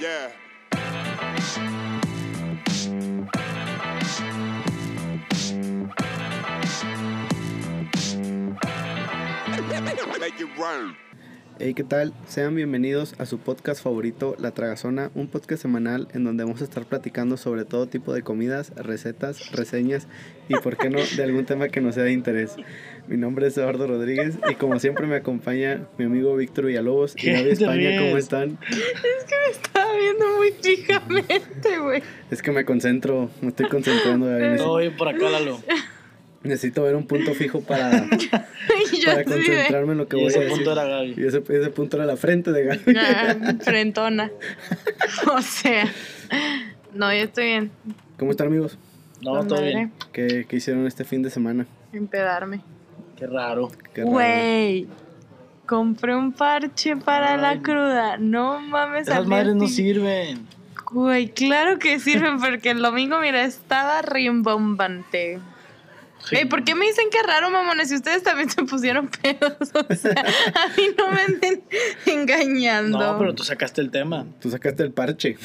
Yeah. Make it rain. Hey, ¿qué tal? Sean bienvenidos a su podcast favorito, La Tragazona, un podcast semanal en donde vamos a estar platicando sobre todo tipo de comidas, recetas, reseñas y, por qué no, de algún tema que nos sea de interés. Mi nombre es Eduardo Rodríguez y, como siempre, me acompaña mi amigo Víctor Villalobos y ¿Qué Gaby te España. ríes? ¿Cómo están? Es que me estaba viendo muy fijamente, güey. Es que me concentro, me estoy concentrando, Gaby. Neces- Oye, por acá, Lalo. Necesito ver un punto fijo para, Y yo para así de... concentrarme en lo que Y voy a ese decir. punto era Y Gaby. ese, ese punto era la frente de Gaby. Ah, frentona. O sea... No, yo estoy bien. ¿Cómo están, amigos? No, todo Madre, bien. ¿Qué, qué hicieron este fin de semana? Empedarme. Qué raro. Qué raro. Güey. Compré un parche para Ay. la cruda. No mames. Esas al madres día no sí- sirven. Güey, claro que sirven porque el domingo, mira, estaba rimbombante. Ey, ¿por qué me dicen que raro, mamones? Si ustedes también se pusieron pedos. O sea, a mí no me anden engañando. No, pero tú sacaste el tema. Tú sacaste el parche.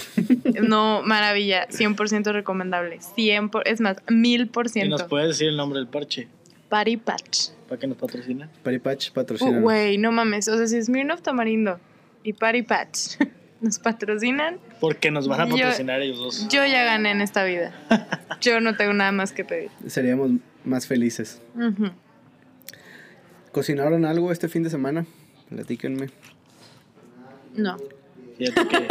No, maravilla. 100% recomendable. 100 por- es más, 1000%. Y nos puedes decir el nombre del parche Party Patch. para que nos patrocine. Paripach Pues Uh, patrocina. Güey, no mames. O sea, si es Mirnoff Tamarindo y Party Patch nos patrocinan, Porque nos van a Yo- patrocinar ellos dos. yo ya gané en esta vida. Yo no tengo nada más que pedir. Seríamos más felices. Ujú. ¿Cocinaron algo este fin de semana? Platíquenme. No. Fíjate que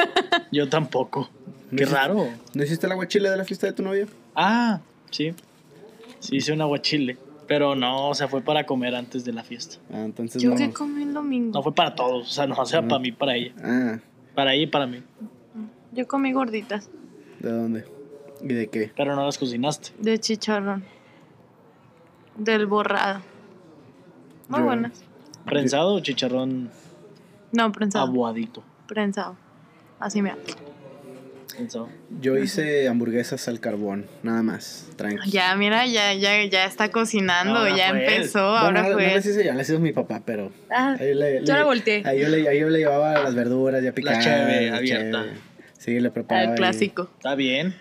yo tampoco. Qué hici- raro. ¿No hiciste el aguachile de la fiesta de tu novia? Ah, sí. Sí, hice un aguachile. Pero no, o sea, fue para comer antes de la fiesta. Ah, entonces Yo no. que comí el domingo. No fue para todos. O sea, no, o sea, Ah. para mí, para ella. Ah, Para ella y para mí. Yo comí gorditas ¿de dónde? ¿Y de qué? Pero no las cocinaste. de chicharrón. Del borrado. Muy Yo- buenas. ¿Prensado o chicharrón No, prensado. Ah, aguadito? Prensado. Así mira. Prensado. Yo hice hamburguesas al carbón, nada más. Tranqui. Ya, mira, ya, ya, ya está cocinando, Ahora ya fue él. pues. empezó, Bueno, ahora no, no fue. él. las hice yo, las hizo mi papá, pero. Ah, Ahí le, yo le- la volteé. Ahí yo le, ahí yo le llevaba las verduras ya picadas. cheve la abierta. cheve. Sí, le preparaba. el ahí. clásico. Está bien.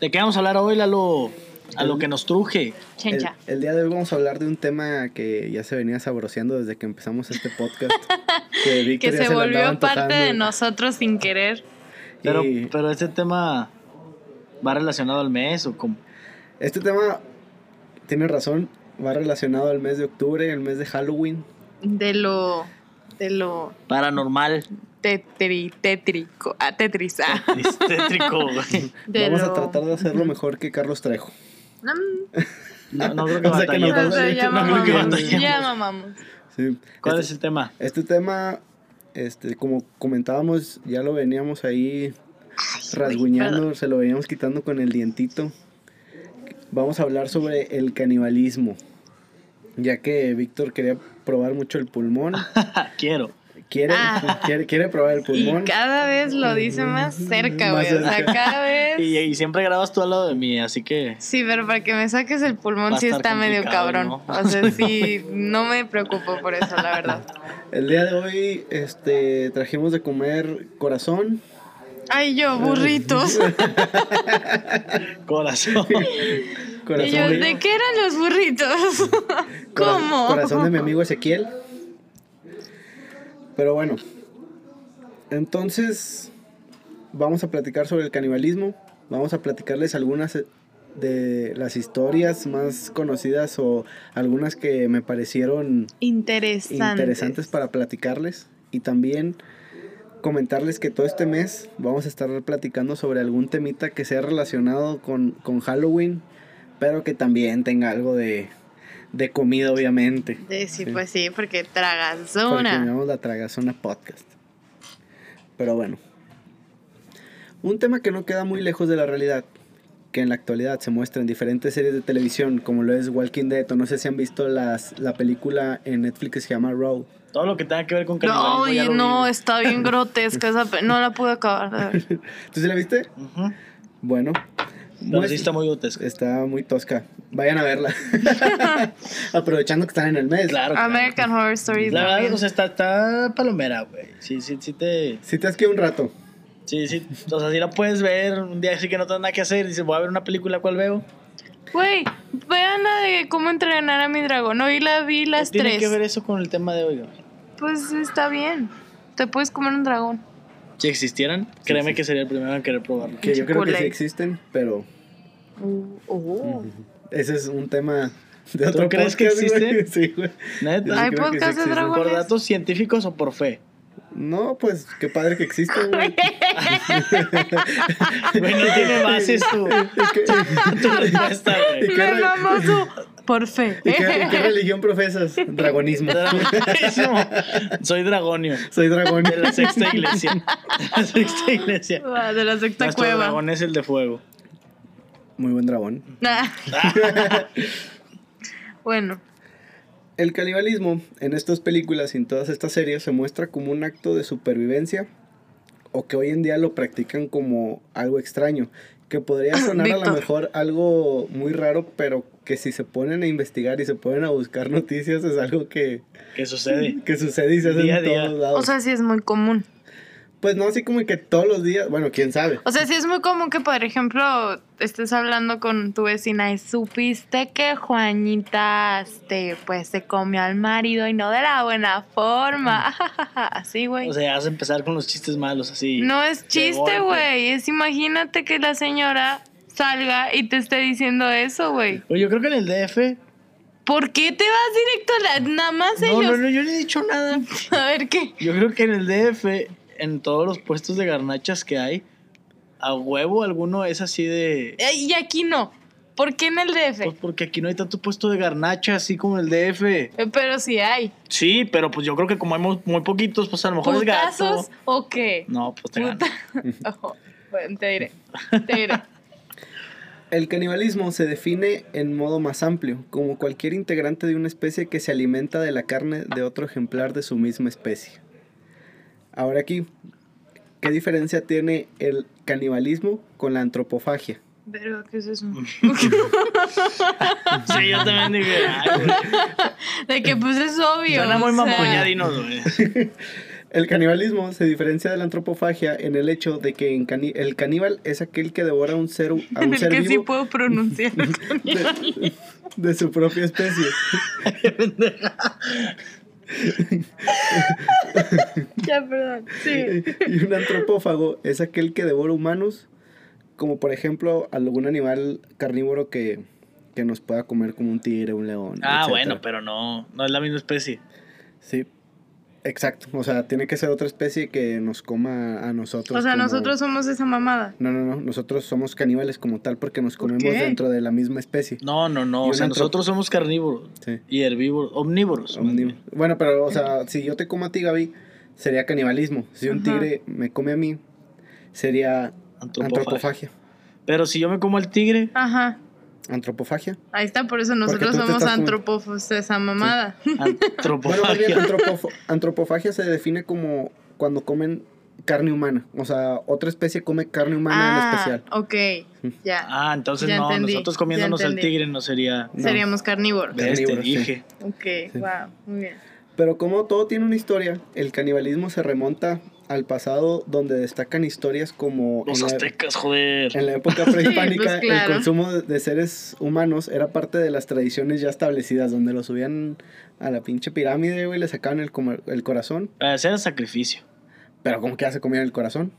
¿De qué vamos a hablar hoy, Lalo? A lo que nos truje. El, Chencha. el día de hoy vamos a hablar de un tema que ya se venía sabroseando desde que empezamos este podcast. que Víctor Que ya se lo andaba volvió parte antojando. de nosotros sin querer. Pero, Y pero este tema va relacionado al mes o cómo? Este tema, tiene razón, va relacionado al mes de octubre, el mes de Halloween. De lo. De lo. Paranormal. Tetri, tétrico. Ah, tetris. ah. Es tétrico, güey. De Vamos lo- a tratar de hacerlo mejor que Carlos Trejo. Mm, No, no creo que O sea que nos o batallemos. vas a sea, decir ya que no creo que mamamos, batallemos. Ya mamamos. Sí. ¿Cuál Este- es el tema? Este tema, este, como comentábamos, ya lo veníamos ahí rasguñando, se lo veníamos quitando con el dientito. Vamos a hablar sobre el canibalismo, ya que Víctor quería probar mucho el pulmón, Ah, Quiero. quiere, Ah. quiere, quiere probar el pulmón. Y cada vez lo dice más cerca, Más güey. O sea, cerca. cada vez. Y, y siempre grabas tú al lado de mí, así que Sí, pero para que me saques el Va pulmón a sí estar está medio complicado, cabrón. ¿no? O sea, sí, no me preocupo por eso, la verdad. El día de hoy este, trajimos de comer corazón, Ay, yo, burritos. corazón. corazón, Y yo, de, ¿de qué eran los burritos? cora- ¿Cómo? corazón de mi amigo Ezequiel. Pero bueno, entonces vamos a platicar sobre el canibalismo, vamos a platicarles algunas eh, de las historias más conocidas o algunas que me parecieron Interesante. interesantes para platicarles y también comentarles que todo este mes vamos a estar platicando sobre algún temita que sea relacionado con, con Halloween, pero que también tenga algo de, de comida, obviamente. De- sí, Sí. pues sí, porque tragas Porque una. miramos la tragazona podcast. Pero bueno. Un tema que no queda muy lejos de la realidad, que en la actualidad se muestra en diferentes series de televisión, como lo es Walking Dead, o no sé si han visto las, la película en Netflix que se llama Raw. Todo lo que tenga que ver con canibalismo. No, ya Ay, lo no, vi. está bien grotesca esa. pe- No la pude acabar de ver. Pues ¿Tú sí la viste? Ujú. Bueno, Pero Muy- sí está muy grotesco. Está muy tosca. Vayan a verla. Aprovechando que están en el mes. Claro. claro. American Horror Stories. La verdad, también. o sea, está, está palomera, güey. Sí, sí, sí te. Si te has quedado un rato. Sí, sí. O sea, sí la puedes ver un día así que no tengo nada que hacer. Dices, voy a ver una película, ¿cuál veo? Güey, vean la de cómo entrenar a mi dragón. Hoy la vi las Tiene tres. que ver eso con el tema de hoy, güey. Pues está bien. Te puedes comer un dragón. Si existieran, créeme que sería el primero en querer probarlo. Que yo creo que sí Chipotle. existen, pero Uh, oh. ese es un tema de otro crees que podcast, güey. existen? Sí, güey. Neta. Yo Hay creo que sí podcast de existen. ¿Por dragones. datos científicos o por fe? No, pues qué padre que existen, güey. Güey, no tiene bases tu, ¿Y qué, tu respuesta, güey. ¿Y qué Me re- mamó su- Por fe. y qué- y qué religión profesas? Dragonismo. Dragonismo. Soy dragonio. Soy dragón. De la sexta iglesia. De la sexta iglesia. Ah, De la secta Nuestro cueva. dragón es el de fuego. Muy buen dragón. Ah. bueno, El canibalismo en estas películas y en todas estas series se muestra como un acto de supervivencia o que hoy en día lo practican como algo extraño, que podría sonar a lo Víctor. mejor algo muy raro, pero que si se ponen a investigar y se ponen a buscar noticias es algo que, ¿Qué sucede? que sucede y se hace Día a en día. todos lados. o sea, sí es muy común. pues no así como que todos los días, bueno, quién sabe. O sea, sí es muy común que, por ejemplo, estés hablando con tu vecina y supiste que Juanita este, pues, se comió al marido y no de la buena forma. Así, güey. O sea, ya vas a empezar con los chistes malos así. No es chiste, golpe. güey. Es imagínate que la señora salga y te esté diciendo eso, güey. Oye, yo creo que en el DF. ¿Por qué te vas directo a la... Nada más No, ellos... no, no, yo no he dicho nada. A ver qué. Yo creo que en el DF, en todos los puestos de garnachas que hay, a huevo alguno es así de. Eh, y aquí no. ¿Por qué en el DF? Pues porque aquí no hay tanto puesto de garnacha así como en el DF. Eh, Pero sí hay. Sí, pero pues yo creo que como hay muy, muy poquitos, pues a lo mejor es ¿Putazos gato. o qué? No, pues te gano. Puta. Ojo. Bueno, te diré. Te diré. El canibalismo se define en modo más amplio, como cualquier integrante de una especie que se alimenta de la carne de otro ejemplar de su misma especie. Ahora aquí, ¿qué diferencia tiene el canibalismo con la antropofagia? Verga, ¿qué es eso? Sí, yo también dije. ay, güey, De que pues es obvio. Suena muy o sea, mamoñadino, güey. El canibalismo se diferencia de la antropofagia en el hecho de que en cani- el caníbal es aquel que devora a un ser, hu- a un El ser que sí vivo puedo pronunciar. de, de su propia especie. ya, perdón. Sí. y un antropófago es aquel que devora humanos, como por ejemplo algún animal carnívoro que, que nos pueda comer como un tigre, un león. Ah, etcétera. bueno, pero no, no es la misma especie. Sí, exacto. O sea, tiene que ser otra especie que nos coma a nosotros. O sea, como- nosotros somos esa mamada. No, no, no. Nosotros somos caníbales como tal porque nos ¿Por comemos qué? dentro de la misma especie. No, no, Y no. O un sea, antro- nosotros somos carnívoros Sí. y herbívoros, omnívoros. más Omnívoro. bien. Bueno, pero, o sea, si yo te como a ti, Gaby, sería canibalismo. Si un Ajá. tigre me come a mí, sería Antropofagia. antropofagia. Pero si yo me como al tigre, Ajá. Antropofagia. Ahí está, por eso Porque tú nosotros te somos estás comiendo- antropófagos, esa mamada. Bueno, más bien, antropofagia. antropofo- antropofagia se define como cuando comen carne humana. O sea, otra especie come carne humana en especial. Ah, ok. Ya. Ah, entonces Ya no, entendí, nosotros ya comiéndonos al entendí. tigre no sería. No. Seríamos carnívoros. ¿Ves? Te Carnívoro, sí. dije. Ok, wow. Muy bien. Pero como todo tiene una historia, el canibalismo se remonta al pasado donde destacan historias como Los en, la, e-, aztecas, joder. en la época prehispánica pues, claro. el consumo de- de seres humanos era parte de las tradiciones ya establecidas, donde los subían a la pinche pirámide, güey, le sacaban el, coma- el corazón, Para hacer el sacrificio. pero como que ya se comían el corazón.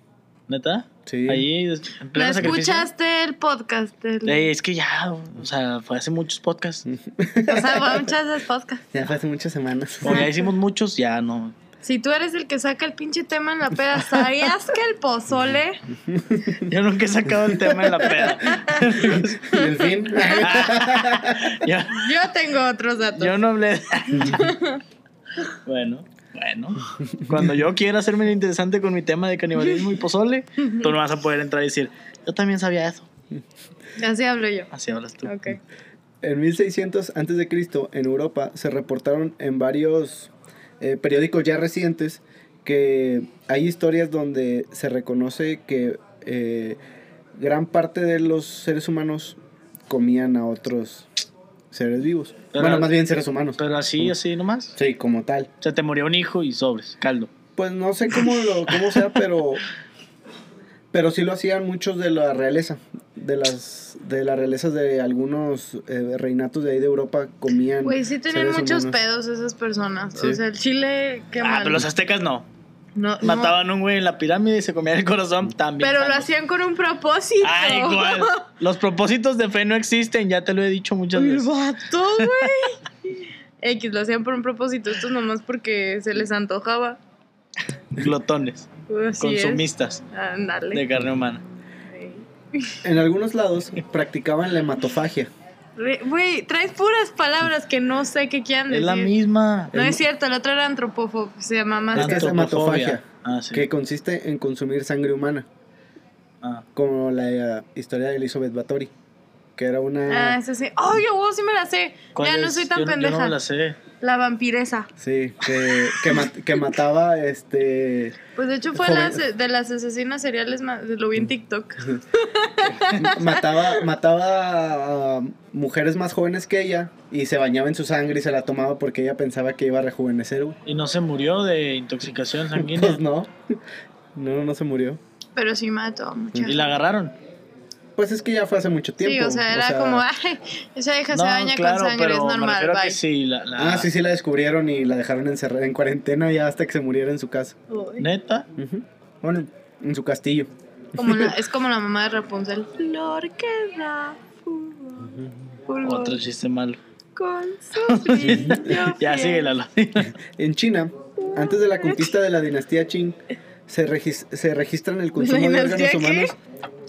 ¿Neta? Sí. Ahí, en ¿No pleno sacrificio. escuchaste el podcast? del- Ey, es que ya, o sea, fue hace muchos podcasts. O sea, fue muchas de podcasts. Ya fue hace muchas semanas. Como ya hicimos muchos, ya no. Si tú eres el que saca el pinche tema en la peda, ¿sabías que el pozole? Yo nunca he sacado el tema de la peda. Y el fin. Yo, Yo tengo otros datos. yo no hablé. de- bueno, bueno. Cuando yo quiera hacerme el interesante con mi tema de canibalismo y pozole, tú no vas a poder entrar y decir, yo también sabía eso. Así hablo yo. Así hablas tú. Ok. En 1600 a.C., en Europa, se reportaron en varios eh, periódicos ya recientes que hay historias donde se reconoce que eh, gran parte de los seres humanos comían a otros seres vivos. Pero- bueno, más bien seres humanos. Pero así, así nomás. Sí, como tal. O sea, te murió un hijo y sobres, caldo. Pues no sé cómo, lo, cómo sea, pero. Pero sí lo hacían muchos de la realeza. De las, de las realezas de algunos eh, reinatos de ahí de Europa comían. Güey, sí tenían seres muchos humanos. pedos esas personas. Sí. O sea, el chile, qué Ah, mal. pero los aztecas no. No, no. Mataban a un güey en la pirámide y se comían el corazón también. Pero lo caldo. hacían con un propósito. Ay, ¿cuál? Los propósitos de fe no existen, ya te lo he dicho muchas El veces. vato, güey. X, lo hacían por un propósito. Esto nomás porque se les antojaba. Glotones, Así es. consumistas de Ándale. carne humana. Sí. En algunos lados practicaban la hematofagia. Re- Güey, traes puras palabras que no sé qué quieran Es decir. la misma. No es cierto, el otro era antropófobo, se Ah, llamaba Es que es Antropofobia. hematofagia, Ah, sí. que consiste en consumir sangre humana, Ah. como la eh, historia de Elizabeth Bathory, que era una... Ah, esa sí. ¡Ay, yo wow, sí me la sé! ¿Cuál Ya no es? soy tan Yo Yo pendeja. no me la sé. La vampiresa. Sí, que, que, mat- que mataba, este... Pues de hecho fue Joven. la ase- de las asesinas seriales más. Lo Mm. vi en TikTok. Mataba, mataba a mujeres más jóvenes que ella y se bañaba en su sangre y se la tomaba porque ella pensaba que iba a rejuvenecer. güey. Y no se murió de intoxicación sanguínea. Pues no, no, no se murió. Pero sí mató a mucha y la agarraron. Pues es que ya fue hace mucho tiempo. Sí, o sea, era como, ah. ay, esa hija no, se baña claro, con sangre, pero es me normal, refiero a bye. que sí, la, la- Ah, sí, sí, la descubrieron y la dejaron encerrada en cuarentena ya hasta que se muriera en su casa. Uy, Neta. Ujú. Bueno, en su castillo. como la- es como la mamá de Rapunzel. Flor que da fulgor, fulgor Otro chiste malo. con su brillo Ya fiel. sigue la En China, antes de la conquista de la dinastía Qing, se, regis- se registran el consumo de ¿Dinastía órganos qué? humanos.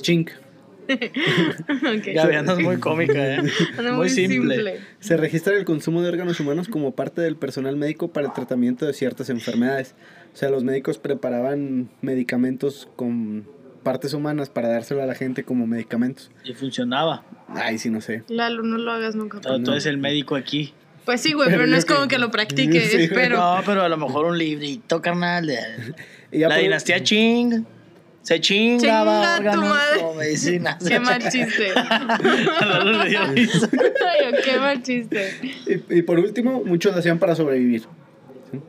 Qing. Ok. Ya vean, es muy cómica, ¿eh? Anda muy simple. Se registra el consumo de órganos humanos como parte del personal médico para el tratamiento de ciertas enfermedades. O sea, los médicos preparaban medicamentos con partes humanas para dárselo a la gente como medicamentos. Y funcionaba. Ay, sí, no sé. Lalo, no lo hagas nunca. Todo, por todo es el médico aquí. favor. Pues sí, güey, pero, Pero no es yo como que- que lo practique, Sí, güey, espero. No, pero a lo mejor un librito, carnal. de- Y ya La por- dinastía Ching. Se chingaba Chinga tu órganos madre. como medicina. Qué mal chiste. A Lalo le dio risa. Ay, qué mal chiste. y, y por último, muchos lo hacían para sobrevivir.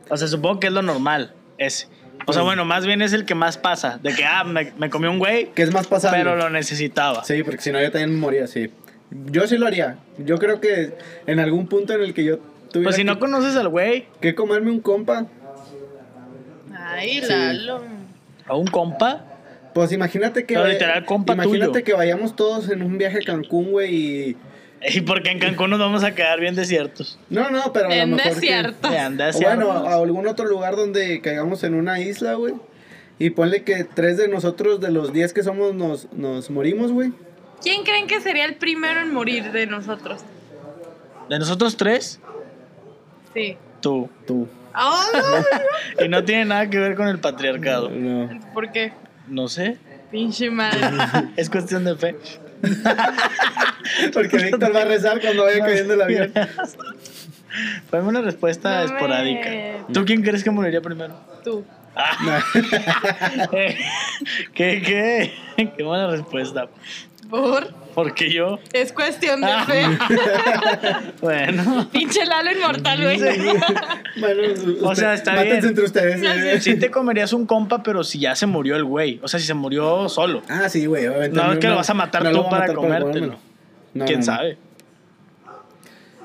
O sea, supongo que es lo normal, ese. O sea, bueno, más bien es el que más pasa. De que, ah, me, me comió un güey, Que es más pasable. pero lo necesitaba. Sí, porque si no yo también me moría, sí. Yo sí lo haría. Yo creo que en algún punto en el que yo tuviera Pues si no que, conoces al güey, que comerme un compa, Ay, Lalo. a un compa, pues imagínate que... Pero vaya- literal, compa Imagínate tuyo. que vayamos todos en un viaje a Cancún, güey, y... y porque en Cancún nos vamos a quedar bien desiertos. No, no, pero a lo En mejor que- desierto. Te andas o bueno, a algún otro lugar donde caigamos en una isla, güey. Y ponle que tres de nosotros, de los diez que somos, nos, nos morimos, güey. ¿Quién creen que sería el primero en morir de nosotros? De nosotros tres, Sí. tú. Tú. ¡Ah! Y no tiene nada que ver con el patriarcado. No. ¿Por qué? No sé. Pinche madre. Ah, Es cuestión de fe. Porque Víctor va a rezar cuando vaya cayendo el avión. Fue una respuesta No, esporádica. hombre. ¿Tú quién crees que moriría primero? Tú. ¿Qué, qué? Qué buena respuesta. Por. Porque yo, Es cuestión de fe. bueno. Pinche Lalo inmortal, güey. Bueno, O usted- sea, está mátense bien. entre ustedes. eh. Sí te comerías un compa, pero si ya se murió el güey. O sea, si se murió solo. Ah, sí, güey. obviamente No, es que lo vas a matar no tú lo voy a para matar comértelo. comérmelo. No, ¿Quién no, no. sabe?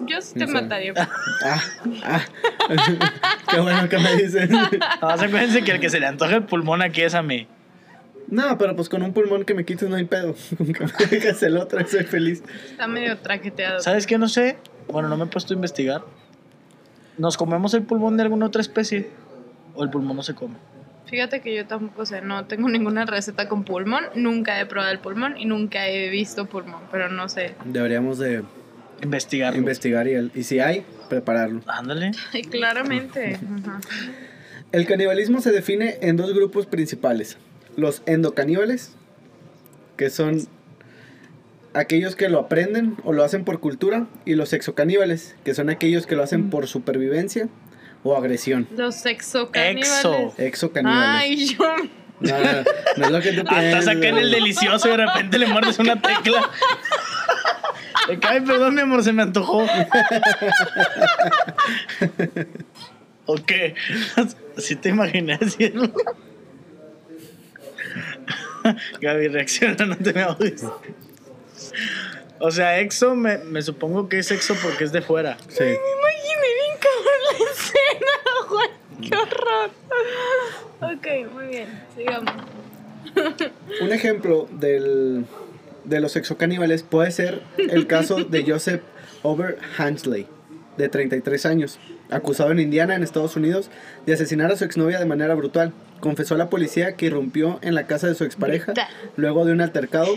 Yo sí te Sí. mataría. Ah, ah. Qué bueno que me dicen. Nada más acuérdense que el que se le antoja el pulmón aquí es a mí. No, pero pues con un pulmón que me quites no hay pedo. Con que me dejes el otro, soy feliz. Está medio traqueteado. ¿Sabes qué? No sé. Bueno, no me he puesto a investigar. ¿Nos comemos el pulmón de alguna otra especie? ¿O el pulmón no se come? Fíjate que yo tampoco sé, no tengo ninguna receta con pulmón, nunca he probado el pulmón y nunca he visto pulmón, pero no sé. Deberíamos de Investigarlo. investigar y, el- y si hay, prepararlo. Ándale. Ay, claramente. Ajá. El canibalismo se define en dos grupos principales. Los endocaníbales, que son aquellos que lo aprenden o lo hacen por cultura, y los exocaníbales, que son aquellos que lo hacen por supervivencia o agresión. Los sexocaníbales. Exo. Exocaníbales. Ay, yo No, no, no es lo que tú Hasta piensas. sacan el delicioso y de repente le muerdes una tecla. Le cae, perdón, mi amor, se me antojó. ¿O qué? Así te imaginé haciendo. Gaby, reacciona, no te me ahogues. O sea, exo, me, me supongo que es exo porque es de fuera. Sí. imaginé bien cabrón la escena, Juan. ¡Qué horror! Ok, muy bien, sigamos. Un ejemplo del, de los exocaníbales puede ser el caso de Joseph Over Hansley, de 33 años, acusado en Indiana, en Estados Unidos, de asesinar a su exnovia de manera brutal. Confesó a la policía que irrumpió en la casa de su expareja Brutal. luego de un altercado.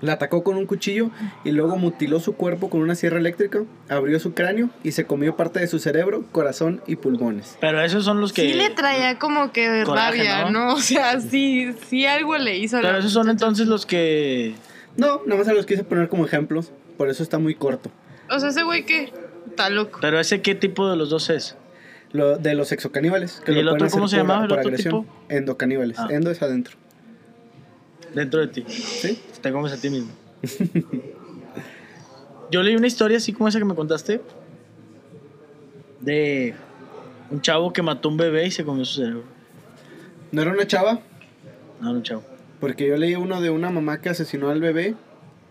La atacó con un cuchillo y luego mutiló su cuerpo con una sierra eléctrica, abrió su cráneo y se comió parte de su cerebro, corazón y pulmones. Pero esos son los que. Sí le traía como que Coraje, rabia, ¿no? ¿no? O sea, sí, sí algo le hizo. a la- Pero esos son entonces los que. No, nada más se los quise poner como ejemplos, por eso está muy corto. O sea, ese güey que está loco. Pero ese, ¿qué tipo de los dos es? Lo, de los exocaníbales. Que ¿Y lo el otro pueden hacer cómo se por- llamaba, el por otro agresión. tipo? Endocaníbales. Ah. Endo es adentro. Dentro de ti. ¿Sí? Te comes a ti mismo. Yo leí una historia así como esa que me contaste. De un chavo que mató un bebé y se comió su cerebro. No era una chava, No, era un chavo. porque yo leí uno de una mamá que asesinó al bebé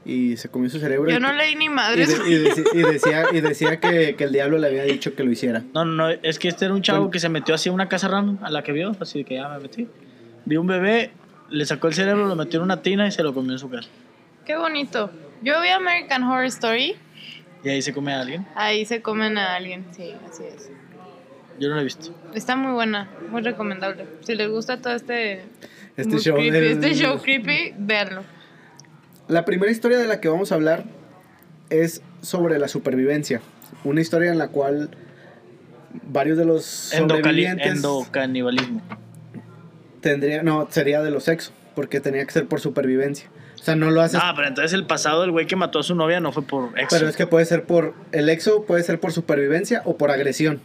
y se comió su cerebro. Yo y, no leí ni y, madres. de- y deci- y decía, y decía que, que el diablo le había dicho que lo hiciera. No, no, no. Es que este era un chavo Bueno. que se metió así a una casa random a la que vio. Así de que ya me metí. Vio un bebé, le sacó el cerebro, lo metió en una tina y se lo comió en su casa. Qué bonito. Yo vi American Horror Story. Y ahí se come a alguien. Ahí se comen a alguien. Sí, así es. Yo no lo he visto. Está muy buena, muy recomendable. Si les gusta todo este, Este muy show. creepy, del- este show creepy, véanlo. La primera historia de la que vamos a hablar es sobre la supervivencia. Una historia en la cual varios de los Endocali- sobrevivientes Endocanibalismo. tendría, no, sería de los sexos, porque tenía que ser por supervivencia. O sea, no lo haces Ah, pero entonces el pasado, el güey que mató a su novia no fue por ex. Pero es que puede ser por. El exo puede ser por supervivencia o por agresión.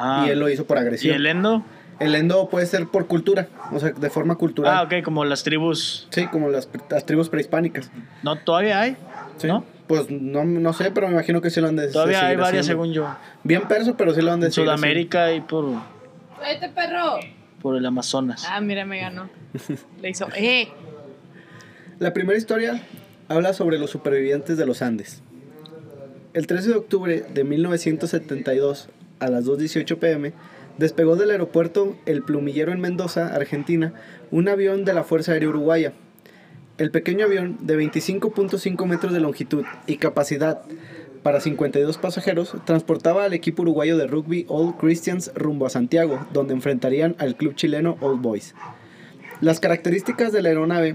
Ah, Y él lo hizo por ¿y agresión. el e- endo? El endo puede ser por cultura, o sea, de forma cultural. Ah, ok, como las tribus. Sí, como las, las tribus prehispánicas. No, todavía hay. ¿sí? ¿No? Pues no, no sé, pero me imagino que sí lo han de Todavía de hay seguir varias, haciendo. según yo. Bien perso, pero sí lo han de En seguir Sudamérica y por, ¡Este perro! por el Amazonas. Ah, mira, me ganó. Le hizo, ¡eh! haciendo. La primera historia habla sobre los supervivientes de los Andes. El 13 de octubre de 1972, a las 2.18 pm, despegó del aeropuerto El Plumillero en Mendoza, Argentina, un avión de la Fuerza Aérea Uruguaya. El pequeño avión, de 25.5 metros de longitud y capacidad para 52 pasajeros, transportaba al equipo uruguayo de rugby All Christians rumbo a Santiago, donde enfrentarían al club chileno Old Boys. Las características de la aeronave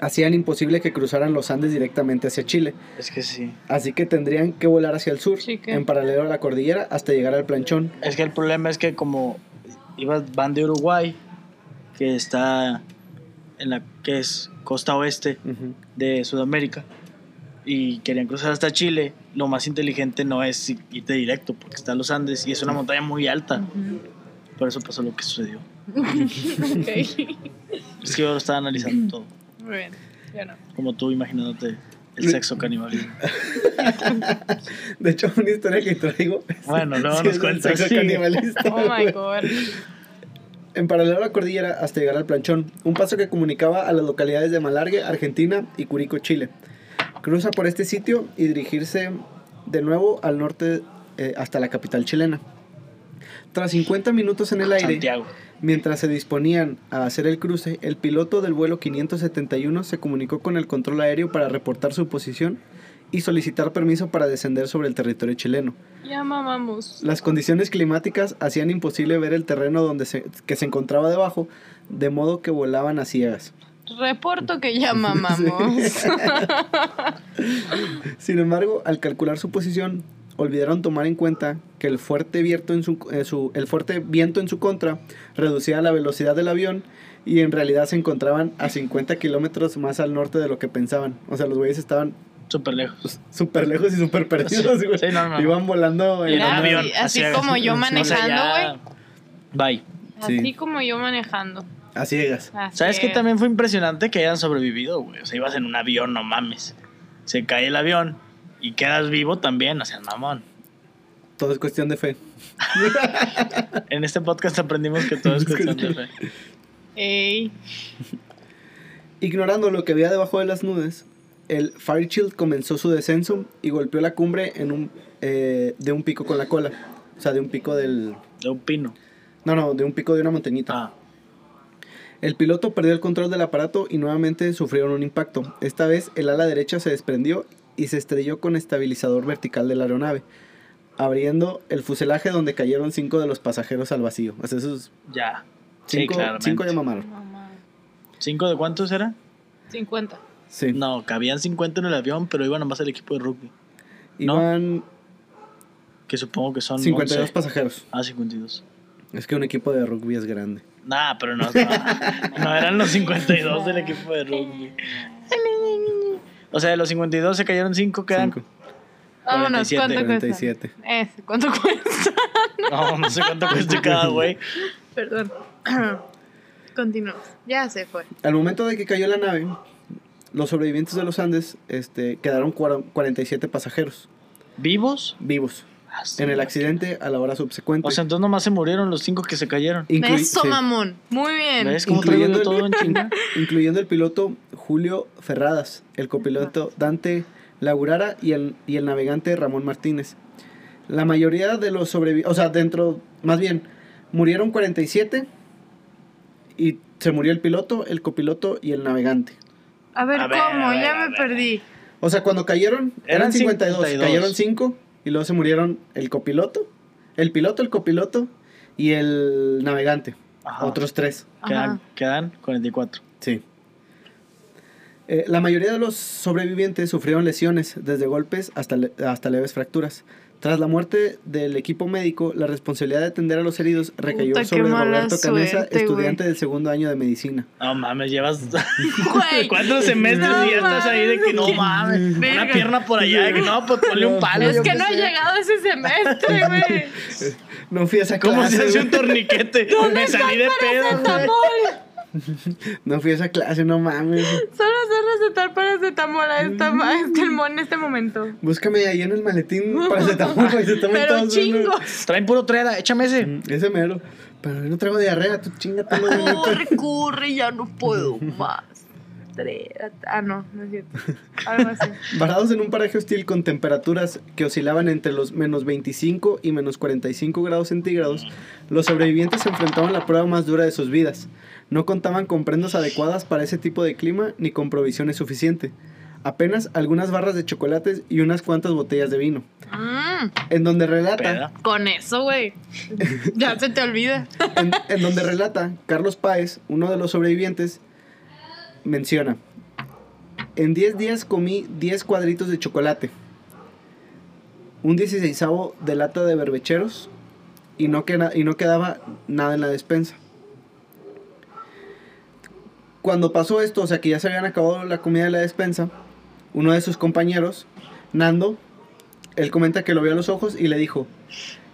hacían imposible que cruzaran los Andes directamente hacia Chile, Es que sí. Así que tendrían que volar hacia el sur, Sí, que- en paralelo a la cordillera, hasta llegar al planchón. Es que el problema es que como ibas, van de Uruguay, que está en la que es costa oeste de Sudamérica, y querían cruzar hasta Chile, lo más inteligente no es i- irte directo, porque está en los Andes y es una montaña muy alta. Por eso pasó lo que sucedió. Ok. Es que yo lo estaba analizando todo, Muy bien, ya no. como tú imaginándote el sexo canibalismo. De hecho, una historia que traigo. Bueno, luego sí nos es un cuentas, sexo sí. canibalista, Oh my güey. god. En paralelo a la cordillera, hasta llegar al planchón, un paso que comunicaba a las localidades de Malargue, Argentina, y Curico, Chile. Cruza por este sitio y dirigirse de nuevo al norte eh, hasta la capital chilena. Tras 50 minutos en el aire, Santiago. Mientras se disponían a hacer el cruce, el piloto del vuelo 571 se comunicó con el control aéreo para reportar su posición y solicitar permiso para descender sobre el territorio chileno. Ya mamamos. Las condiciones climáticas hacían imposible ver el terreno donde se, que se encontraba debajo, de modo que volaban a ciegas. Reporto que ya mamamos. Sin embargo, al calcular su posición, olvidaron tomar en cuenta que el fuerte, viento en su, eh, su- el fuerte viento en su contra reducía la velocidad del avión y en realidad se encontraban a 50 kilómetros más al norte de lo que pensaban. O sea, los güeyes estaban Súper lejos. súper lejos y súper perdidos, güey. Sí, no, no. Iban volando en Y en Era una- avión. así como yo O sea, manejando, ya- Bye. Así como yo manejando. A ciegas. Así ¿Sabes qué es. también fue impresionante que hayan sobrevivido, güey? O sea, ibas en un avión, no mames. Se cae el avión y quedas vivo también, o sea, mamón. Todo es cuestión de fe. En este podcast aprendimos que todo es cuestión de fe. Ey. Ignorando lo que había debajo de las nubes, el Fairchild comenzó su descenso y golpeó la cumbre en un, eh, de un pico con la cola. O sea, de un pico del... De un pino. No, no, de un pico de una montañita. Ah, El piloto perdió el control del aparato y nuevamente sufrieron un impacto. Esta vez el ala derecha se desprendió y se estrelló con estabilizador vertical de la aeronave, abriendo el fuselaje donde cayeron cinco de los pasajeros al vacío. O sea, esos ya. sí, cinco, claramente. cinco ya mamaron. No mames. ¿Cinco de cuántos era? 50. Sí. No, cabían 50 en el avión, pero iban nomás el equipo de rugby. no. Iban Que supongo que son 52 11. pasajeros. Ah, 52. Es que un equipo de rugby es grande. Nah, pero no, no, no eran los 52 del equipo de rugby. O sea, de los 52 se cayeron 5, quedan. Cinco. Vámonos, 47, 47. ¿cuánto cuesta? Eso, ¿cuánto cuesta? No, no sé cuánto cuesta cada güey. Perdón. Continuamos. Ya se fue. Al momento de que cayó la nave, los sobrevivientes de los Andes este, quedaron cuara- 47 pasajeros ¿Vivos? vivos Ah, sí. en el accidente a la hora subsecuente. O sea, entonces nomás se murieron los 5 que se cayeron. Inclui- Eso, sí. mamón. Muy bien. ¿Ves cómo traigo yo Incluyendo- todo en chinga? incluyendo el piloto Julio Ferradas, el copiloto Dante Laurara y el, y el navegante Ramón Martínez. La mayoría de los sobrevivientes, o sea, dentro, más bien, murieron 47 y se murió el piloto, el copiloto y el navegante. A ver, A ver, ¿cómo? a ver, ya a ver. me perdí. O sea, cuando cayeron, eran Eran 52, 52. cayeron 5 y luego se murieron el copiloto, el piloto, el copiloto y el navegante. Ajá. Otros 3. Quedan, Ajá. quedan 44. Sí. Eh, la mayoría de los sobrevivientes sufrieron lesiones, desde golpes hasta, le- hasta leves fracturas. Tras la muerte del equipo médico, la responsabilidad de atender a los heridos recayó Puta, qué sobre mala Roberto Canesa, suerte, güey. estudiante del segundo año de medicina. No mames, llevas Güey. cuatro semestres No y ya estás ahí de que no mames. mames. Una Verga. pierna por allá, de que no, pues ponle un palo. Es yo que qué no he sé. llegado ese semestre, güey. No fui a esa ¿Cómo clase. se hace un güey. torniquete? Me salí de pedo, güey. Paracetamol. No fui a esa clase, no mames. Solo sé recetar paracetamol a, esta, a este Mm. mon en este momento. Búscame ahí en el maletín para que se tomen- para que se tomen Pero todos uno. chingo. Traen puro treda, échame ese. Ese mero. Pero yo no traigo diarrea, tú chingatelo. güey, neta. Corre, corre, ya no puedo más. Tre- Ah, no, no es cierto. Algo así. Varados en un paraje hostil con temperaturas que oscilaban entre los menos 25 y menos 45 grados centígrados, los sobrevivientes se enfrentaban a la prueba más dura de sus vidas. No contaban con prendas adecuadas para ese tipo de clima ni con provisiones suficientes. Apenas algunas barras de chocolates y unas cuantas botellas de vino. Mm, En donde relata, Peda. con eso, güey. Ya se te olvida. en, en donde relata Carlos Páez, uno de los sobrevivientes, menciona: En 10 días comí 10 cuadritos de chocolate, un 16 de lata de berbecheros y no, queda- y no quedaba nada en la despensa. Cuando pasó esto, o sea que ya se habían acabado la comida de la despensa, uno de sus compañeros, Nando, él comenta que lo vio a los ojos y le dijo: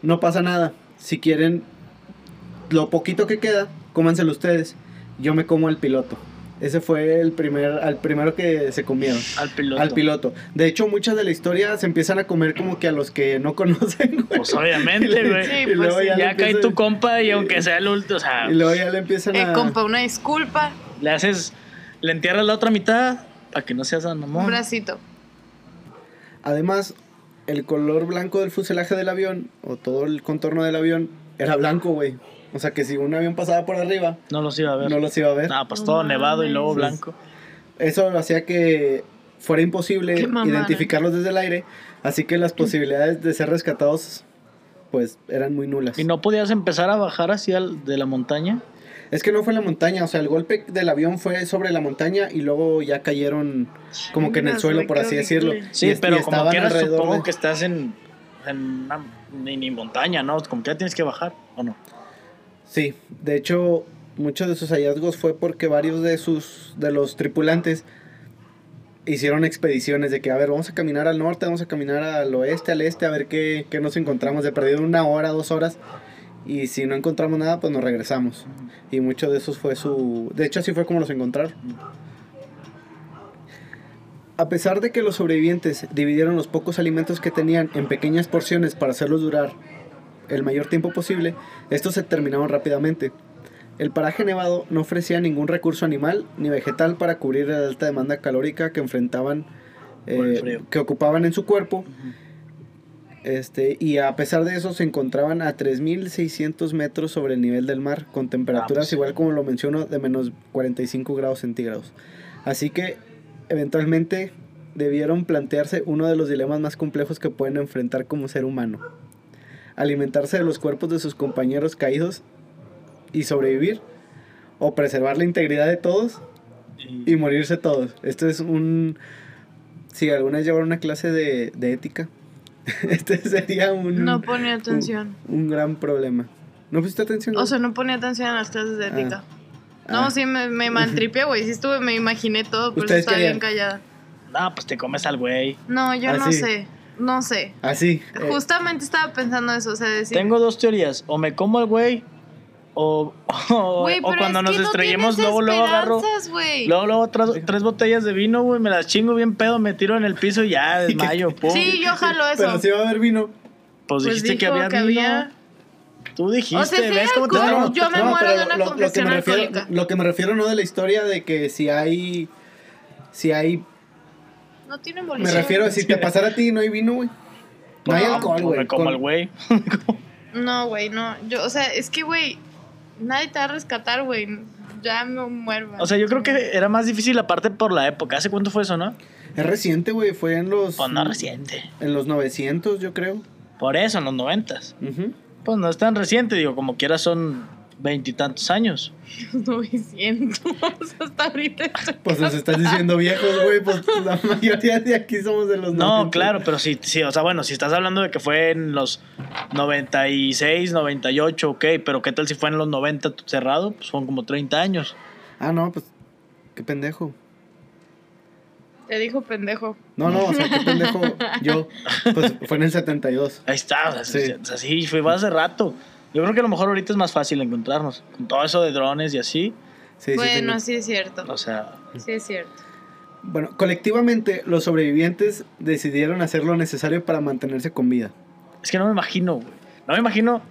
No pasa nada, si quieren lo poquito que queda, cómanselo ustedes. Yo me como al piloto. Ese fue el primer, al primero que se comieron. Al piloto. Al piloto. De hecho, muchas de la historia se empiezan a comer como que a los que no conocen, güey. Pues obviamente, güey. Sí, y luego pues sí. ya, Ya le Ya cae empiezan- tu compa y aunque sea el último, o sea, y luego ya le empiezan Eh, a. compa, una disculpa. le haces, le entierras la otra mitad para que no seas tan Un mamón. bracito. Además, el color blanco del fuselaje del avión, o todo el contorno del avión, era blanco, güey. O sea que si un avión pasaba por arriba, No los iba a ver. no los iba a ver. Ah, pues No todo mames. nevado y luego Sí. blanco. Eso hacía que fuera imposible Qué mamada. identificarlos desde el aire, así que las posibilidades de ser rescatados pues eran muy nulas. Y no podías empezar a bajar hacia el- de la montaña. Es que no fue en la montaña, o sea, el golpe del avión fue sobre la montaña y luego ya cayeron como que en el Dios, suelo, güey, por qué así decirlo. horrible. Sí, Y- y pero como estaban quieras, alrededor supongo de- que estás en, en una mini montaña, ¿no? Como que ya tienes que bajar, ¿o no? Sí, de hecho, muchos de sus hallazgos fue porque varios de sus de los tripulantes hicieron expediciones de que, a ver, vamos a caminar al norte, vamos a caminar al oeste, al este, a ver qué, qué nos encontramos, de perdido una hora, dos horas, Y si no encontramos nada, pues nos regresamos. Y mucho de esos fue su... De hecho, así fue como los encontraron. A pesar de que los sobrevivientes dividieron los pocos alimentos que tenían en pequeñas porciones para hacerlos durar el mayor tiempo posible, estos se terminaron rápidamente. El paraje nevado no ofrecía ningún recurso animal ni vegetal para cubrir la alta demanda calórica que enfrentaban, eh, que ocupaban en su cuerpo. Este, y a pesar de eso se encontraban a 3.600 metros sobre el nivel del mar, con temperaturas, ah, pues. igual como lo menciono, de menos 45 grados centígrados. Así que eventualmente debieron plantearse uno de los dilemas más complejos que pueden enfrentar como ser humano. Alimentarse de los cuerpos de sus compañeros caídos y sobrevivir, o preservar la integridad de todos y, y morirse todos. Esto es un... Si sí, alguna vez llevaron una clase de, de ética, este sería un. No pone Mm. atención. Un, un, gran problema. ¿No pusiste atención? O sea, no ponía atención a las clases de ética. Ah, no, ah. sí, me, me maltripié, güey. Sí, estuve, me imaginé todo, por eso estaba bien callada. No, pues te comes al güey. No, yo Ah, Así. no sé. No sé. Así. Eh. Justamente estaba pensando eso, o sea, decir. Tengo dos teorías. O me como al güey, o, o, wey, eh, o cuando nos no distrayemos, luego, luego agarro. Wey. Luego, luego tres, tres, botellas de vino, güey, me las chingo bien pedo, me tiro en el piso y ya desmayo, pum. Sí, yo jalo eso. Pero si va a haber vino. Pues, pues dijiste que había, que había vino. Tú dijiste, o sea, sí, ¿ves cómo te no, no, Yo me muero de una lo, lo que me refiero, alcohólica. Lo que me refiero no de la historia de que si hay. Si hay. No tiene Me evolución. refiero a si te pasara a ti no hay vino, güey. No, hay alcohol, güey. Me como el güey. no, güey, no. Yo, o sea, es que, güey, nadie te va a rescatar, güey. Ya me muero. O sea, yo creo que era más difícil aparte por la época. ¿Hace cuánto fue eso, no? Es reciente, güey. Fue en los... Pues no reciente. En los 900, yo creo. Por eso, en los 90. Uh -huh. Pues no es tan reciente, digo, como quiera son veintitantos años. Los 900, hasta ahorita. Pues nos estás diciendo viejos, güey. Pues la mayoría de aquí somos de los No, 90. claro, pero sí, sí, o sea, bueno, si estás hablando de que fue en los 96, 98, ok, pero ¿qué tal si fue en los 90 cerrado? Pues son como 30 años. Ah, no, pues qué pendejo. Te dijo pendejo. No, no, o sea, qué pendejo. Yo, pues fue en el 72. Ahí está, o sea, sí, o sea, sí fue hace rato. Yo creo que a lo mejor ahorita es más fácil encontrarnos. Con todo eso de drones y así. Sí, bueno, sí, sí, es cierto. O sea. Sí es cierto. Bueno, colectivamente los sobrevivientes decidieron hacer lo necesario para mantenerse con vida. Es que no me imagino, güey. No me imagino.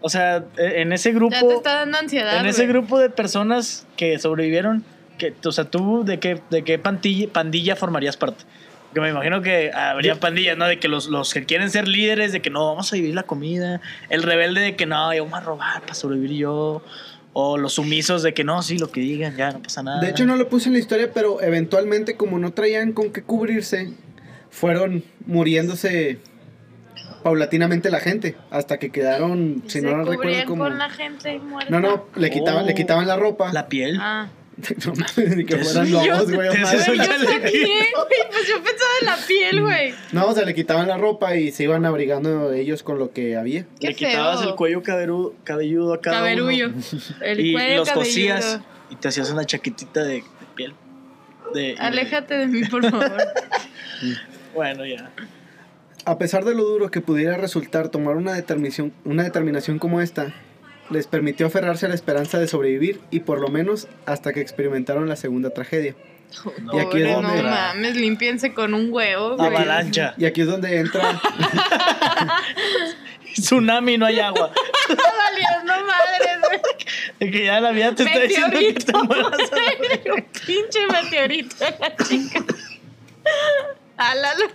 O sea, e, en ese grupo. Ya te está dando ansiedad. En güey. ese grupo de personas que sobrevivieron. Que, o sea, tú de qué, de qué pandilla, pandilla formarías parte. Que me imagino que habría pandillas, ¿no? De que los, los, que quieren ser líderes, de que no, vamos a vivir la comida. El rebelde de que no, yo vamos a robar para sobrevivir yo. O los sumisos de que no, sí, lo que digan, ya no pasa nada. De hecho, no lo puse en la historia, pero eventualmente, como no traían con qué cubrirse, fueron muriéndose paulatinamente la gente hasta que quedaron, si se no, no recuerdo como... con la gente muerta. No, no, le quitaban, oh, le quitaban la ropa. La piel. Ah. No mames, ni que fueran lobos, güey. Yo también, güey. Pues yo pensaba en la piel, güey. No, o sea, le quitaban la ropa y se iban abrigando ellos con lo que había. Qué le quitabas feo. el cuello caberudo, cabelludo a cada Cabelullo. uno. El y cuello los cabelludo. cosías y te hacías una chaquetita de, de piel. De, Aléjate de mí, por favor. bueno, ya. A pesar de lo duro que pudiera resultar tomar una determinación, una determinación como esta, les permitió aferrarse a la esperanza de sobrevivir y por lo menos hasta que experimentaron la segunda tragedia. No, y aquí es donde no entra... mames, limpiense con un huevo. Güey. Avalancha. Y aquí es donde entra. Tsunami, no hay agua. Valiendo madres, güey. Es que ya la vida te está diciendo que te mueras. Un pinche meteorito la chica. A la luna.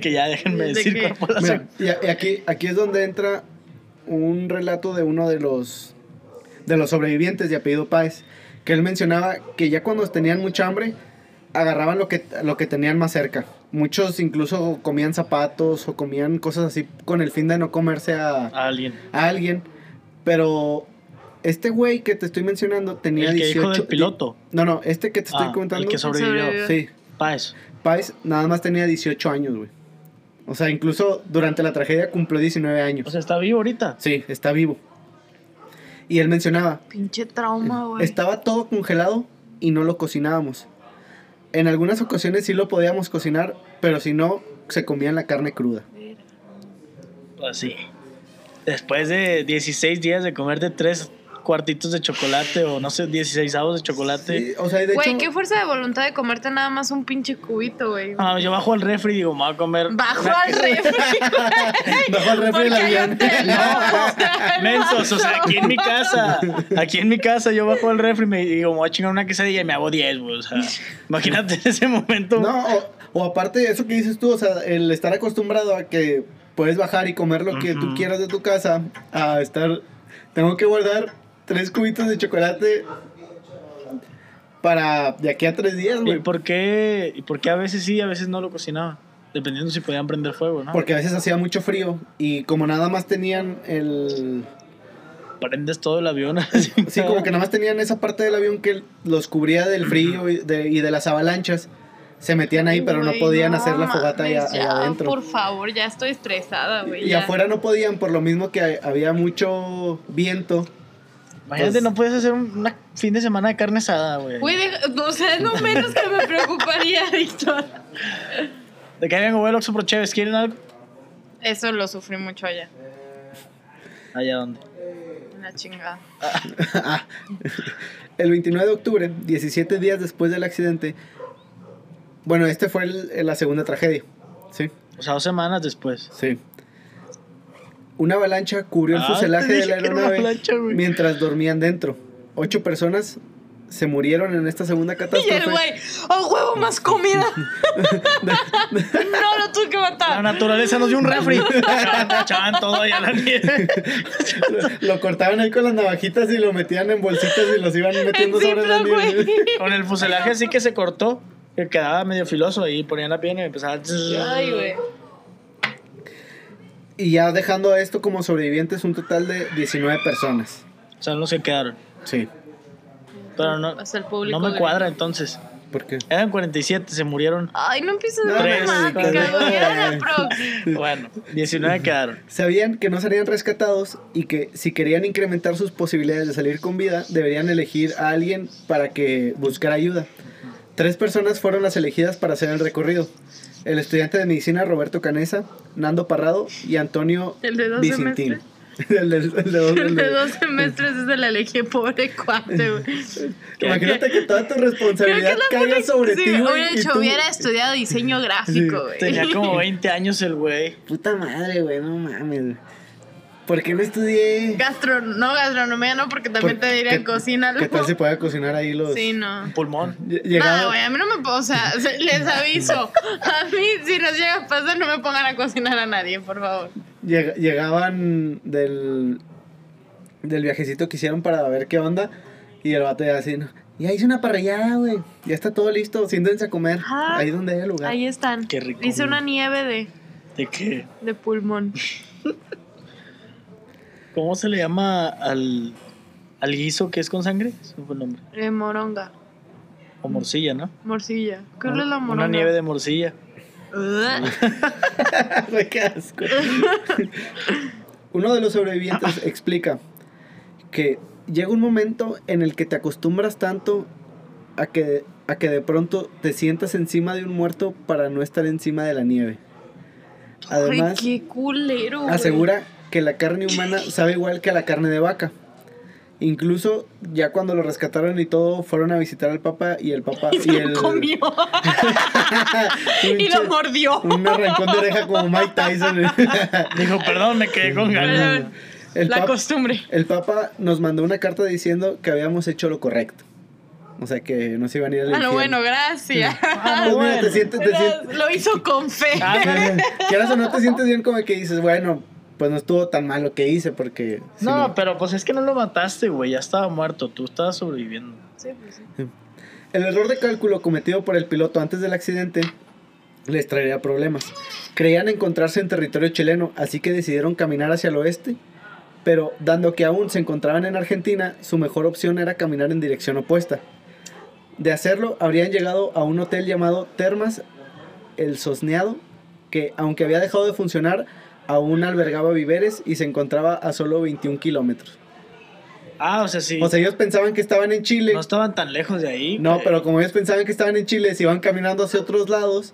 que ya déjenme ¿De decir qué? cuál fue la Mira, y aquí, aquí es donde entra un relato de uno de los de los sobrevivientes de apellido Páez, que él mencionaba que ya cuando tenían mucha hambre agarraban lo que lo que tenían más cerca. Muchos incluso comían zapatos o comían cosas así con el fin de no comerse a, a alguien. A alguien, pero este güey que te estoy mencionando tenía el que 18 dijo del piloto. No, no, este que te estoy Ah, comentando. el que sobrevivió. Sí. Páez. Páez nada más tenía 18 años, güey. O sea, incluso durante la tragedia cumplió 19 años. O sea, está vivo ahorita. Sí, está vivo. Y él mencionaba, Pinche trauma, güey. estaba todo congelado y no lo cocinábamos. En algunas ocasiones sí lo podíamos cocinar, pero si no, se comían la carne cruda. Así. Pues después de 16 días de comerte tres cuartitos de chocolate o no sé, 16 avos de chocolate. Sí, o sea, de Güey, hecho, qué fuerza de voluntad de comerte nada más un pinche cubito, güey. Ah, yo bajo al refri y digo, me voy a comer. Bajo una- al refri. bajo el refri Porque del hay avión. hotel, no, o sea, Mensos, o sea, aquí en mi casa, aquí en mi casa yo bajo al refri y me digo, me voy a chingar una quesadilla y me hago 10, güey. O sea, imagínate ese momento. No, o, o aparte de eso que dices tú, o sea, el estar acostumbrado a que puedes bajar y comer lo que tú Ujú. quieras de tu casa, a estar, tengo que guardar tres cubitos de chocolate para de aquí a tres días, ¿Y güey. por qué? ¿Y por qué a veces sí, a veces no lo cocinaba? Dependiendo si podían prender fuego, ¿no? Porque a veces hacía mucho frío y como nada más tenían el... Prendes todo el avión. Sí, como que nada más tenían esa parte del avión que los cubría del frío y de, y de las avalanchas. Se metían ahí, pero no Güey, podían no hacer la fogata ahí, mames, ahí ya, adentro. Por favor, ya estoy estresada, güey. Y ya. afuera no podían, por lo mismo que ha- había mucho viento. Imagínate, Pues- no puedes hacer un una fin de semana de carne asada, güey. Güey, deja- o sea, es lo menos que me preocuparía, Víctor. De que alguien güey, el Oxxo por Cheves, ¿quieren algo? Eso lo sufrí mucho allá. Allá donde. La chingada. Ah. El 29 de octubre, 17 días después del accidente, bueno, este fue el- la segunda tragedia. Sí, O sea, dos semanas después. sí. Una avalancha cubrió el Ah, fuselaje te de la dije que era una aeronave avalancha, güey. mientras dormían dentro. Ocho personas se murieron en esta segunda Y catástrofe. el güey, ¡oh, huevo, más comida! no, lo tuve que La matar. naturaleza nos dio un refri. Echaban- Echaban todo allá a la nieve. Lo cortaban ahí con las navajitas y lo metían en bolsitas y los iban En metiendo sobre la Ziploc, nieve. güey. Con el fuselaje así que se cortó. Que quedaba medio filoso y ponían la pierna y empezaba. Ay, güey. Y ya dejando a esto como sobrevivientes un total de 19 personas. O sea, no se quedaron. Sí. Pero no, O sea, el público no me grita. cuadra entonces. ¿Por qué? Eran 47, se murieron. Ay, no empieces No, a tres, matemática, cuatro. güey. Era la pro. Bueno, 19 quedaron. Sabían que no serían rescatados y que si querían incrementar sus posibilidades de salir con vida, deberían elegir a alguien para que buscara ayuda. Tres personas fueron las elegidas para hacer el recorrido. El estudiante de medicina Roberto Canesa, Nando Parrado y Antonio El de dos Vicentín. El de, el de dos- El el de- de dos semestres es el elegí, pobre cuate, güey. Imagínate que toda tu Creo que responsabilidad es la caiga pena- sobre sí, ti, güey, Hubiera y hecho, tú- hubiera estudiado diseño gráfico, güey. Tenía como 20 años el güey. Puta madre, güey, no mames. ¿Por qué no estudié? Gastro- no, gastronomía no, porque también Por- te diría ¿qué- cocina ¿Qué tal algo. se puede cocinar ahí los... Sí, no. Pulmón. Lle- Nada, Llegaba... güey, a mí no me puedo, o sea, se- les aviso. A mí, si nos llega a pasar, no me pongan a cocinar a nadie, por favor. Lleg- llegaban del, del viajecito que hicieron para ver qué onda. Y el vato ya así, ¿no? ya hice una parrillada, güey. Ya está todo listo, siéntense a comer. Ajá. Ahí donde hay el lugar. Ahí están. Qué rico, Hice güey. una nieve de, ¿De qué? de pulmón. ¿Cómo se le llama al, al guiso que es con sangre? Ese fue el nombre. De moronga, O morcilla, ¿no? morcilla. ¿Qué es Una- la moronga? Una nieve de morcilla. Ugh. Güey, qué asco. Uno de los sobrevivientes explica que llega un momento en el que te acostumbras tanto a que, a que de pronto te sientas encima de un muerto para no estar encima de la nieve. Ay, Además, qué culero, güey. asegura que la carne humana sabe igual que a la carne de vaca. Incluso ya cuando lo rescataron y todo, fueron a visitar al papá y el papá Y se el- Ah, lo comió. y lo mordió. un arrancón de oreja como Mike Tyson. Dijo, perdón, me quedé con ganas. Perdón. El La pap- costumbre. El Papa nos mandó una carta diciendo que habíamos hecho lo correcto. O sea, que nos iban a ir al Ah, no, infierno. bueno, gracias. Ah, Pues mira, bueno. te sientes, te Lo- sientes, Lo hizo con fe. Ah, quieras o no te sientes bien como que dices, bueno, pues no estuvo tan mal lo que hice porque... si No, pero pues es que no lo mataste, güey. Ya estaba muerto. Tú estabas sobreviviendo. Sí, pues sí. El error de cálculo cometido por el piloto antes del accidente les traería problemas. Creían encontrarse en territorio chileno, así que decidieron caminar hacia el oeste, pero dando que aún se encontraban en Argentina, su mejor opción era caminar en dirección opuesta. De hacerlo, habrían llegado a un hotel llamado Termas El Sosneado, que aunque había dejado de funcionar, aún albergaba víveres y se encontraba a solo 21 kilómetros. Ah, o sea, sí. O sea, ellos pensaban que estaban en Chile. no estaban tan lejos de ahí. No, güey. pero como ellos pensaban que estaban en Chile, se iban caminando hacia otros lados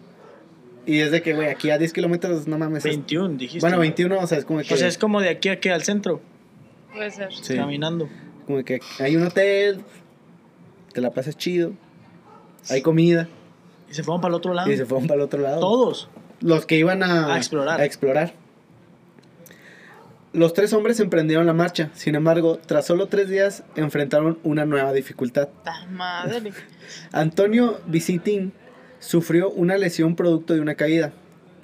Y es de que, güey, aquí a 10 kilómetros, no mames. es- 21, dijiste. bueno, 21, o sea, es como que, O sea, es como de aquí a aquí al centro, Puede ser. Sí. caminando. como que hay un hotel, te la pasas chido, hay comida, Y se fueron para el otro lado. y se fueron para el otro lado. Todos. Los que iban a, A explorar. a explorar. Los tres hombres emprendieron la marcha, sin embargo, tras solo tres días enfrentaron una nueva dificultad. Ta madre. Antonio Visitín sufrió una lesión producto de una caída.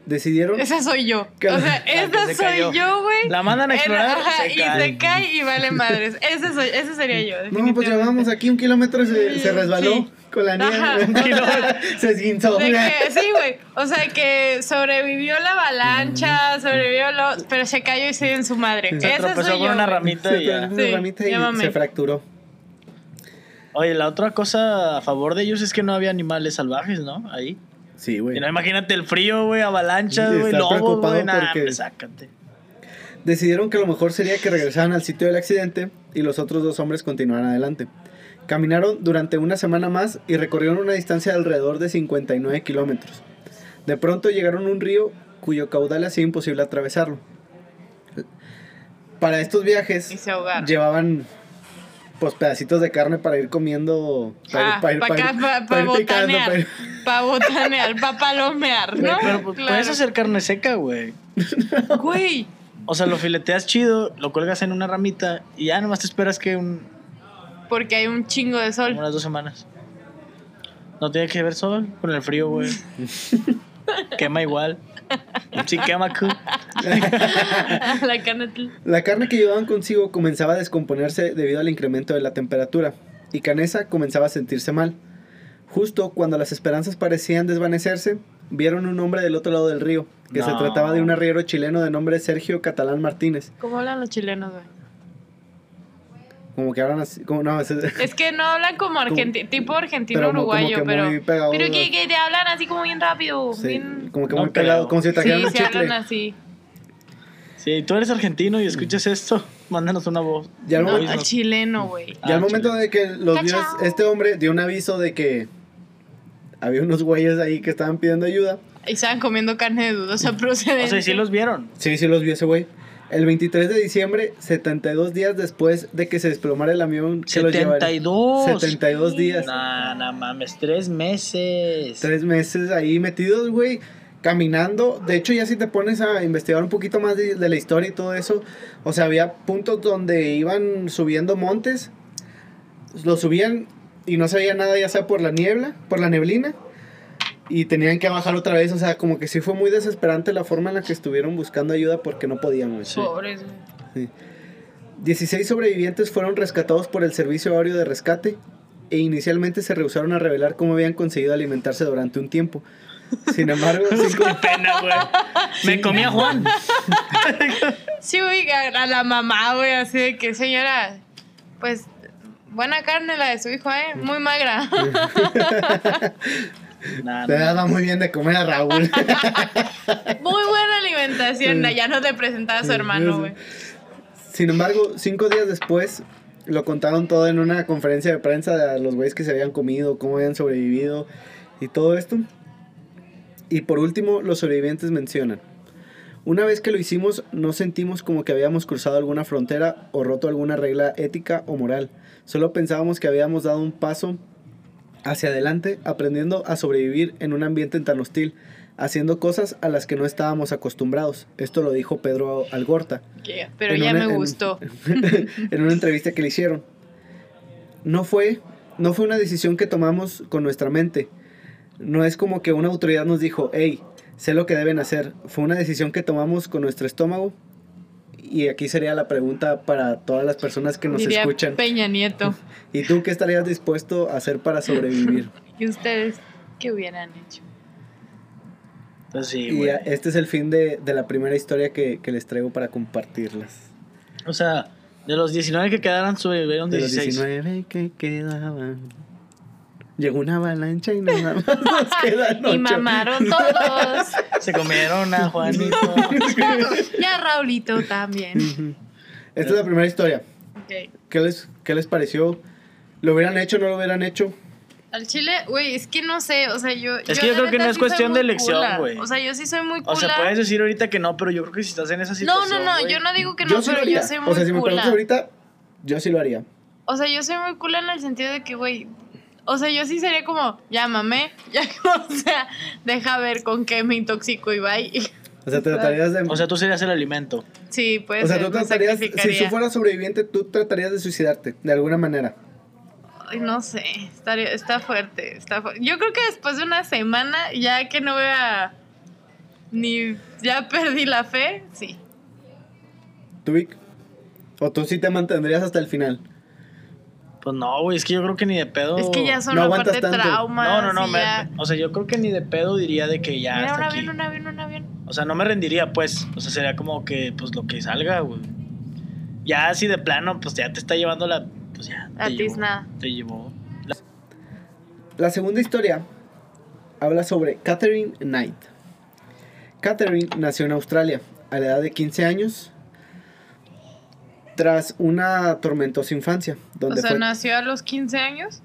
Decidieron... Esa soy yo. ¿Qué? O sea, que esa se soy cayó. yo, güey. La mandan a explorar. Era- Eh, ajá, se y cae. se cae y vale madres. Ese, soy, ese sería yo. No, pues definitivamente. llevamos aquí un kilómetro y se, se resbaló Sí. con la Ajá. nieve. se esguinzó. De que- sí, güey. O sea, que sobrevivió la avalancha, sobrevivió lo. Pero se cayó y se dio en su madre. Se Esa tropezó soy con yo. una güey. ramita Se y pegó ya. en una Sí, ramita y llámame. se fracturó. Oye, la otra cosa a favor de ellos es que no había animales salvajes, ¿no? Ahí. Sí, güey. Y no, imagínate el frío, güey, avalanchas, Sí, güey, estar lobos, preocupado güey, nada, porque- hombre, sácate. Decidieron que lo mejor sería que regresaran al sitio del accidente y los otros dos hombres continuaran adelante. Caminaron durante una semana más y recorrieron una distancia de alrededor de 59 kilómetros. De pronto llegaron a un río cuyo caudal hacía imposible atravesarlo. Para estos viajes Y se ahogaron. llevaban pues pedacitos de carne para ir comiendo para, Ah, ir- para ir- pa' para acá, ir- para pa- pa' ir picando, botanear. para ir- Pa' botanear, pa' palomear, Güey, ¿no? pero pues, Claro. puedes hacer carne seca, güey. Güey, O sea, lo fileteas chido, lo cuelgas en una ramita y ya nomás te esperas que un- porque hay un chingo de sol. unas dos semanas. No tiene que ver sol con el frío, güey. quema igual. Sí, quema, cu. la canetl. La carne que llevaban consigo comenzaba a descomponerse debido al incremento de la temperatura, y Canesa comenzaba a sentirse mal. Justo cuando las esperanzas parecían desvanecerse, vieron un hombre del otro lado del río, que se No. trataba de un arriero chileno de nombre Sergio Catalán Martínez. ¿Cómo hablan los chilenos, güey? Como que hablan así, como no, ese- Es que no hablan como argenti- tipo pero argentino mo- como uruguayo, que pero. muy pegado, Pero güey. que, que te hablan así como bien rápido. sí, bien- como que No muy pegado, creo. como si te trajeran Sí, un se hablan chicle. así. Si tú eres argentino y escuchas esto, mándanos una voz. Ya al No, momento- al chileno, güey. Y al Ah, momento chile. de que los vio, Cachao. este hombre dio un aviso de que había unos güeyes ahí que estaban pidiendo ayuda. Y estaban comiendo carne de dudosa procedencia. O sea, sí los vieron. Sí, sí los vio ese güey. El 23 de diciembre, 72 días después de que se desplomara el avión que los llevaron. 72. 72 días. Nah, nah, mames, tres meses. Tres meses ahí metidos, güey, caminando. De hecho, ya si te pones a investigar un poquito más de, de la historia y todo eso, o sea, había puntos donde iban subiendo montes, los subían y no se veía nada, ya sea por la niebla, por la neblina, y tenían que bajar otra vez. O sea, como que sí fue muy desesperante la forma en la que estuvieron buscando ayuda porque no podían, güey. Sí. Pobres, güey. 16 sobrevivientes fueron rescatados por el Servicio Aéreo de Rescate e inicialmente se rehusaron a revelar cómo habían conseguido alimentarse durante un tiempo. Sin embargo, cinco- pena, güey. Me comí a Juan. Sí, güey, a a la mamá, güey, así de que, señora, pues, buena carne la de su hijo, ¿eh? Muy magra. le Nah, nah. daba "Ah, muy bien de comer a Raúl. Muy buena alimentación. Ya no te presentaba a su hermano, güey. Sin embargo, cinco días después lo contaron todo en una conferencia de prensa de a los güeyes que se habían comido, cómo habían sobrevivido y todo esto. Y por último, los sobrevivientes mencionan. Una vez que lo hicimos, no sentimos como que habíamos cruzado alguna frontera o roto alguna regla ética o moral. Solo pensábamos que habíamos dado un paso hacia adelante, aprendiendo a sobrevivir en un ambiente tan hostil, haciendo cosas a las que no estábamos acostumbrados. Esto lo dijo Pedro Algorta Que- Pero en ya una- me en- gustó. en una entrevista que le hicieron. No fue, no fue una decisión que tomamos con nuestra mente. No es como que una autoridad nos dijo, hey, sé lo que deben hacer. Fue una decisión que tomamos con nuestro estómago. Y aquí sería la pregunta para todas las personas que nos Diría escuchan. Peña Nieto. ¿Y tú qué estarías dispuesto a hacer para sobrevivir? ¿Y ustedes qué hubieran hecho? Pues sí, y güey. a- este es el fin de, de la primera historia que, que les traigo para compartirlas. O sea, de los 19 que quedaron, sobrevivieron De los 16. 19 que quedaban. Llegó una avalancha y nada más nos quedan y ocho. mamaron todos. Se comieron a Juanito. y a Raulito también. Ujú. Esta es la primera historia. Ok. ¿Qué les, ¿Qué les pareció? ¿Lo hubieran hecho o no lo hubieran hecho? Al chile, güey, es que no sé, o sea, yo... Es que yo la creo que neta no es sí soy cuestión muy de elección, cula. güey. O sea, yo sí soy muy cula. O sea, puedes decir ahorita que no, pero yo creo que si estás en esa no, situación. no, no, güey, yo no digo que yo no, sí lo pero haría. yo soy muy o sea, si me cula. preguntas ahorita, yo sí lo haría. O sea, yo soy muy cool en el sentido de que, güey. O sea, yo sí sería como, llámame, ya, o sea, deja ver con qué me intoxico y bye. O sea, te tratarías de... O sea, tú serías el alimento. Sí, pues. o sea, ser, tú me tratarías, si sacrificaría. tú fueras sobreviviente, tú tratarías de suicidarte, de alguna manera. Ay, no sé, estaría, está fuerte, está fuerte. Yo creo que después de una semana, ya que no vea ni, ya perdí la fe, sí. ¿Tú, Vic? ¿O tú sí te mantendrías hasta el final? Pues no, güey, es que yo creo que ni de pedo. Es que ya son No aparte aguantas tanto. traumas. No, no, no, y me- ya- o sea, yo creo que ni de pedo diría de que ya Mira, un hasta aquí. avión, un avión, un avión. O sea, no me rendiría, pues. O sea, sería como que, pues, lo que salga, güey. Ya así de plano, pues, ya te está llevando la... Pues ya, La te llevó. tiznada. Te llevó. La segunda historia habla sobre Catherine Knight. Catherine nació en Australia a la edad de 15 años tras una tormentosa infancia. O Donde sea, fue- nació a los 15 años.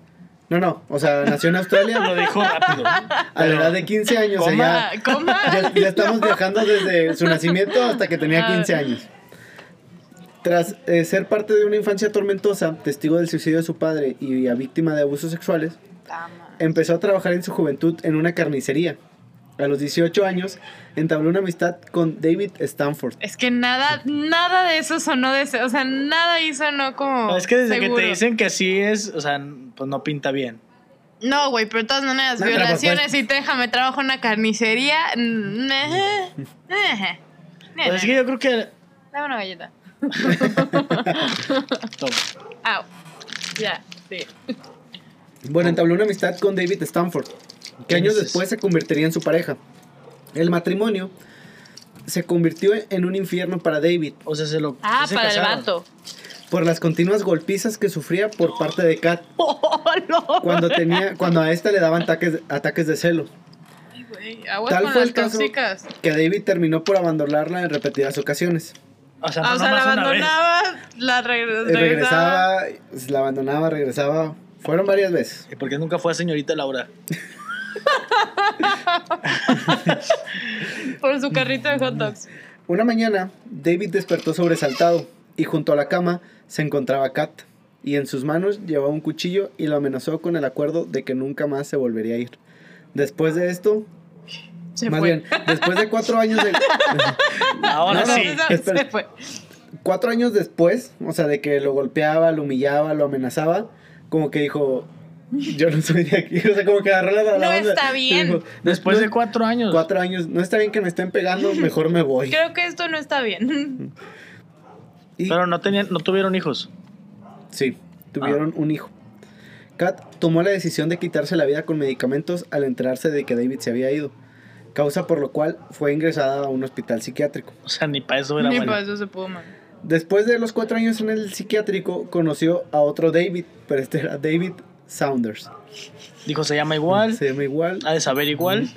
No, no, o sea, nació en Australia Lo dijo rápido. a la edad de 15 años. o sea, ya- Coma, coma. ya, ya estamos viajando desde su nacimiento hasta que tenía A ver. 15 años. Tras eh, ser parte de una infancia tormentosa, testigo del suicidio de su padre y a víctima de abusos sexuales, Tama. Empezó a trabajar en su juventud en una carnicería. A los 18 años entabló una amistad con David Stanford. Es que nada, nada de eso sonó de ese- o sea, nada ahí sonó como. No, es que desde que seguro. te dicen que así es, o sea, n- pues no pinta bien. No, güey, pero de todas maneras, No, pero pues, violaciones y te déjame trabajo en una carnicería. mm, eh, eh, Pues es que eh, yo creo que... Dame una galleta. Toma. Au. Ya, sí. Bueno, entabló una amistad con David Stanford, que ¿Quién años es ese? después se convertiría en su pareja. El matrimonio se convirtió en un infierno para David O sea, se lo... Ah, se para el casaron. vato. por las continuas golpizas que sufría por parte de Kat Oh, no. cuando, tenía, cuando a esta le daban ataques, ataques de celos. Güey, Aguas Tal con fue las el caso. tóxicas. Que David terminó por abandonarla en repetidas ocasiones. O sea, Ah, no o sea, la nomás una vez. abandonaba, la regre- Eh, regresaba. Regresaba, la abandonaba, regresaba. Fueron varias veces. ¿Y por qué nunca fue a señorita Laura? Por su carrito de hot dogs. Una mañana, David despertó sobresaltado y junto a la cama se encontraba Kat y en sus manos llevaba un cuchillo y lo amenazó con el acuerdo de que nunca más se volvería a ir. Después de esto, Se más fue. bien, después de cuatro años, de- Ah, Ahora No, no, sí. Se- espera. se fue. cuatro años después, o sea, de que lo golpeaba, lo humillaba, lo amenazaba, como que dijo, yo no soy de aquí, o sea, como que agarró la la No onda. está bien. Dijo, Después "No- de cuatro años. cuatro años, no está bien que me estén pegando, mejor me voy. Creo que esto no está bien. Y- Pero no, tenían, no tuvieron hijos. Sí, tuvieron un hijo. Kat tomó la decisión de quitarse la vida con medicamentos al enterarse de que David se había ido, causa por lo cual fue ingresada a un hospital psiquiátrico. O sea, ni para eso era Ni bueno. para eso se pudo man. Después de los cuatro años en el psiquiátrico, conoció a otro David, pero este era David Saunders. Dijo, se llama igual, Se llama igual. ha de saber igual.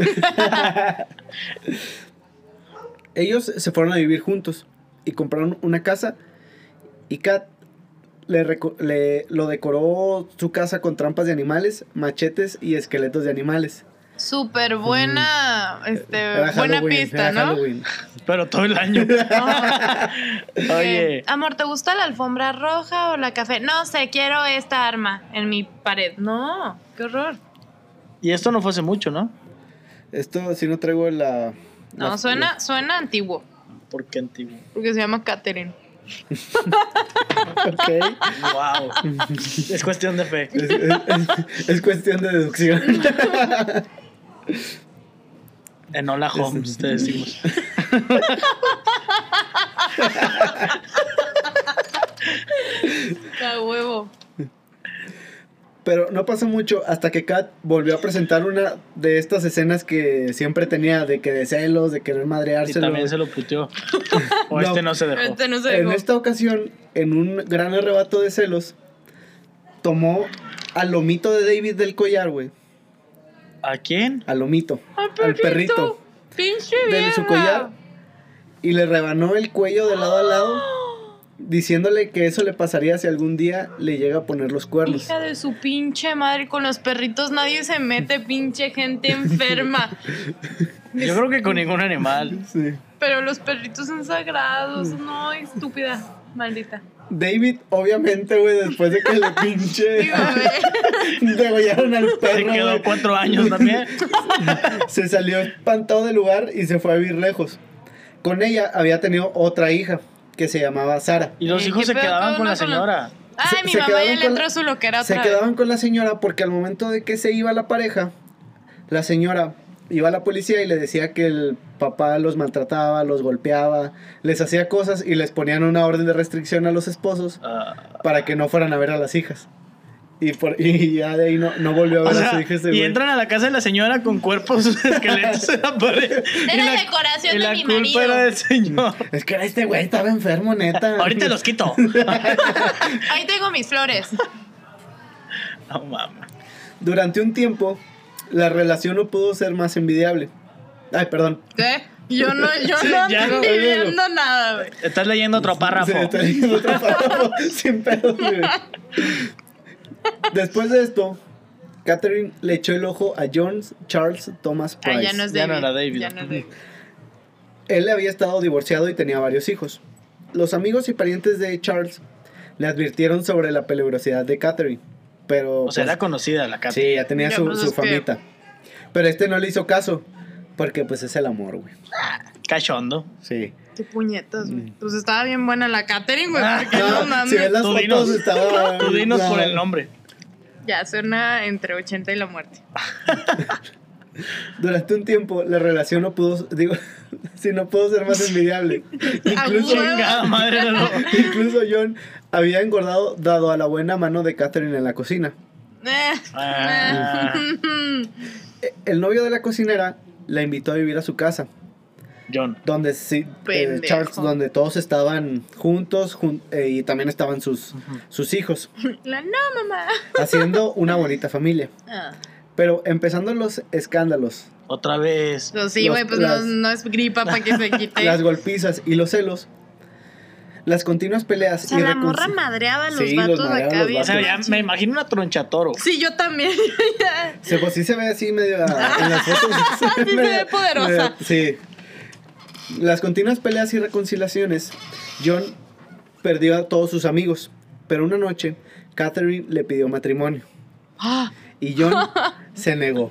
Ellos se fueron a vivir juntos y compraron una casa y Kat le, reco- le- lo decoró su casa con trampas de animales, machetes y esqueletos de animales. Súper buena, este, Era buena Halloween, pista, era ¿no? Halloween. Pero todo el año. Eh, Oye, amor, ¿te gusta la alfombra roja o la café? No sé, quiero esta arma en mi pared. No, qué horror. y esto no fue hace mucho, ¿no? Esto si no traigo la. No, la- suena, suena antiguo, Porque antiguo. porque se llama Catherine. Ok. Wow. es cuestión de fe. Es, es- es cuestión de deducción. En Hola Holmes, te decimos. La huevo. Pero no pasó mucho hasta que Kat volvió a presentar una de estas escenas que siempre tenía de que de celos, de querer Y madreárselo. también se lo puteó. O No. este no se dejó. Este no se En dejó. esta ocasión, en un gran arrebato de celos, tomó al lomito de David del collar, güey. ¿A quién? Al lomito. Ay, al perrito. Pinche De vieja. su collar. Y le rebanó el cuello de lado a lado diciéndole que eso le pasaría si algún día le llega a poner los cuernos. Hija de su pinche madre, con los perritos nadie se mete, pinche gente enferma. Yo creo que con ningún animal. Sí. Pero los perritos son sagrados, no, estúpida, maldita. David, obviamente, güey, después de que le pinche Digo, a ver, degollaron al Se perro, quedó güey, cuatro años también. se salió espantado del lugar y se fue a vivir lejos. Con ella había tenido otra hija que se llamaba Sara. Y los Eh, hijos ¿qué se pedo? quedaban ¿Cómo con no la con la- señora. Ay, Se- mi se mamá quedaron ya le con la- entró su loquera Se otra vez. quedaban con la señora porque al momento de que se iba la pareja, la señora iba a la policía y le decía que el papá los maltrataba, los golpeaba, les hacía cosas y les ponían una orden de restricción a los esposos Ah, para que no fueran a ver a las hijas. Y, por, y ya de ahí no, no volvió a o ver a sea, su hija ese y güey. entran a la casa de la señora con cuerpos esqueletos en la pared. Y Era la- decoración y de la mi culpa marido. era del señor. Es que era este güey estaba enfermo, neta. Ahorita los quito. Ahí tengo mis flores. No mames. Durante un tiempo, la relación no pudo ser más envidiable. Ay, perdón. ¿Qué? Yo no, yo Sí, no ya no, ando güey, viviendo nada, güey. Estás leyendo otro párrafo. Se está leyendo otro párrafo sin pedos, güey. Después de esto, Catherine le echó el ojo a Jones Charles Thomas Price. Ah, ya no es Ya David. no era David. Ya no es David. Él había estado divorciado y tenía varios hijos. Los amigos y parientes de Charles le advirtieron sobre la peligrosidad de Catherine, pero O sea, pues, era conocida la casa. sí, ya tenía Ya, su, pues, su es que- famita. Pero este no le hizo caso, porque pues es el amor, güey. Cachondo. Sí. Qué puñetas, güey. Pues estaba bien buena la Katherine, güey. Mm. Ah, porque no, No, mames. si ves las Tú fotos dinos. estaba Tú dinos por no. el nombre. Ya suena entre 80 y la muerte. Durante un tiempo la relación no pudo, digo, si no pudo ser más envidiable. Incluso, huevo. Chingada madre. no, no. incluso John había engordado dado a la buena mano de Catherine en la cocina. Eh, Ah. eh. E- El novio de la cocinera la invitó a vivir a su casa, John. donde sí, eh, Pendejo. Charles, donde todos estaban juntos jun- eh, y también estaban sus, sus hijos, La no, mamá. haciendo una bonita familia. Ah. Pero empezando los escándalos, Otra vez. Pues sí, Los- güey, pues las- no, no es gripa para que se quite. las golpizas y los celos, las continuas o peleas sea, y la reconcil- morra madreaba a los Sí, los vatos madreaba a acá los bien. O sea, ya machín. me imagino una tronchatoro. Sí, yo también. Se, pues sí se ve así medio ah, en las fotos. Sí se ve poderosa. medio- sí. Las continuas peleas y reconciliaciones, John perdió a todos sus amigos, pero una noche Catherine le pidió matrimonio Ah, y John se negó.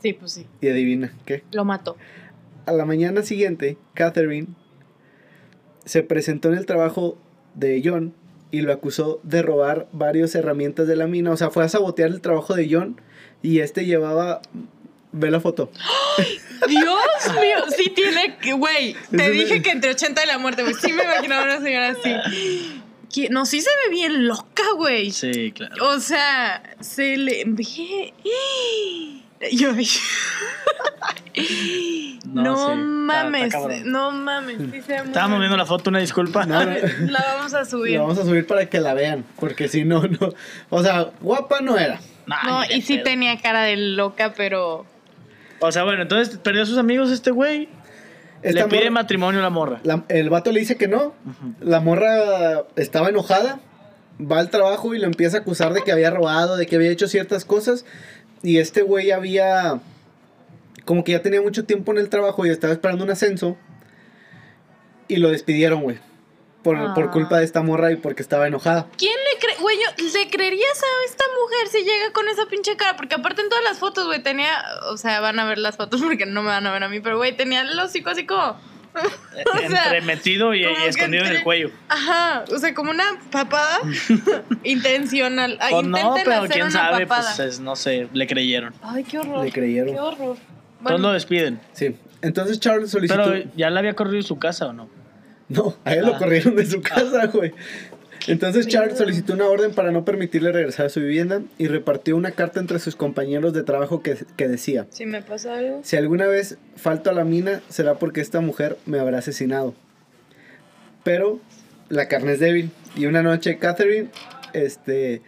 sí, pues sí. Y adivina qué. Lo mató. A la mañana siguiente, Catherine se presentó en el trabajo de John y lo acusó de robar varias herramientas de la mina. O sea, fue a sabotear el trabajo de John y este llevaba. Ve la foto. Dios mío, sí tiene que, güey. Te una- dije que entre 80 y la muerte, güey. Sí me imaginaba una señora así. Que- No, sí se ve bien loca, güey. Sí, claro. O sea, se le ve. Yo dije. No, No, sí, está- mames, está cabrón. no mames. sí se ve muy- Estábamos viendo la foto, una disculpa. No, no. La vamos a subir. La vamos a subir para que la vean, porque si no, no. O sea, guapa no era. Nah, No, ni de y sí pedo. tenía cara de loca, pero. O sea, bueno, entonces perdió a sus amigos este güey. Esta Le pide morra- matrimonio a la morra. la- el vato le dice que no. Ujú. La morra estaba enojada. Va al trabajo y lo empieza a acusar de que había robado, de que había hecho ciertas cosas. Y este güey había. Como que ya tenía mucho tiempo en el trabajo y estaba esperando un ascenso. Y lo despidieron, güey. Por, por Ah. culpa de esta morra y porque estaba enojada. ¿Quién le cree? Güey, yo- ¿le creerías a esta mujer si llega con esa pinche cara? Porque aparte en todas las fotos, güey, tenía. O sea, van a ver las fotos porque no me van a ver a mí, pero güey, tenía el hocico así como. O sea, Entre metido y, y como que escondido en el entre- cuello. Ajá, o sea, como una papada intencional. Ah, Pues no, intenten pero hacer quién una sabe, papada. pues es- no sé, le creyeron. Ay, qué horror. Le creyeron. Qué horror. Entonces lo Bueno, despiden. Sí. Entonces Charles solicitó. Pero ya le había corrido su casa o no. No, a él lo Ah. corrieron de su casa, güey. Entonces Charles solicitó una orden para no permitirle regresar a su vivienda y repartió una carta entre sus compañeros de trabajo que, que decía, si me pasa algo. si alguna vez falto a la mina será porque esta mujer me habrá asesinado. Pero la carne es débil y una noche Catherine este,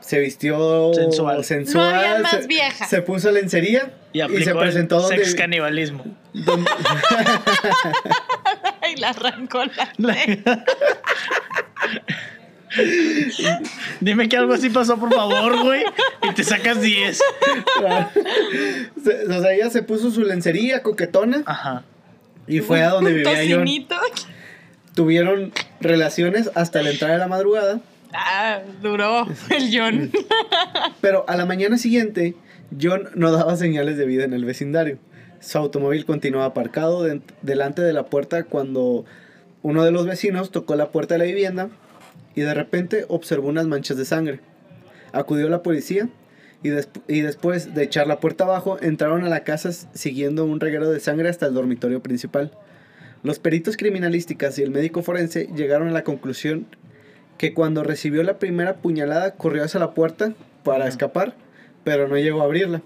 se vistió Sensual. sensual, No había más se, vieja. se puso lencería Y y, aplicó se presentó el donde, sex canibalismo. Ay, la arrancó la. La- Dime que algo así pasó, por favor, güey. Y te sacas 10. Se- o sea, ella se puso su lencería coquetona Ajá. y fue a donde Un vivía John. Tocinito. Tuvieron relaciones hasta la entrada de la madrugada, Ah, duró el John. pero a la mañana siguiente John no daba señales de vida en el vecindario. Su automóvil continuaba aparcado de- delante de la puerta cuando uno de los vecinos tocó la puerta de la vivienda y de repente observó unas manchas de sangre. Acudió la policía y, desp- y después de echar la puerta abajo entraron a la casa s- siguiendo un reguero de sangre hasta el dormitorio principal. Los peritos criminalísticas y el médico forense llegaron a la conclusión que cuando recibió la primera puñalada corrió hacia la puerta para Ajá. escapar, pero no llegó a abrirla.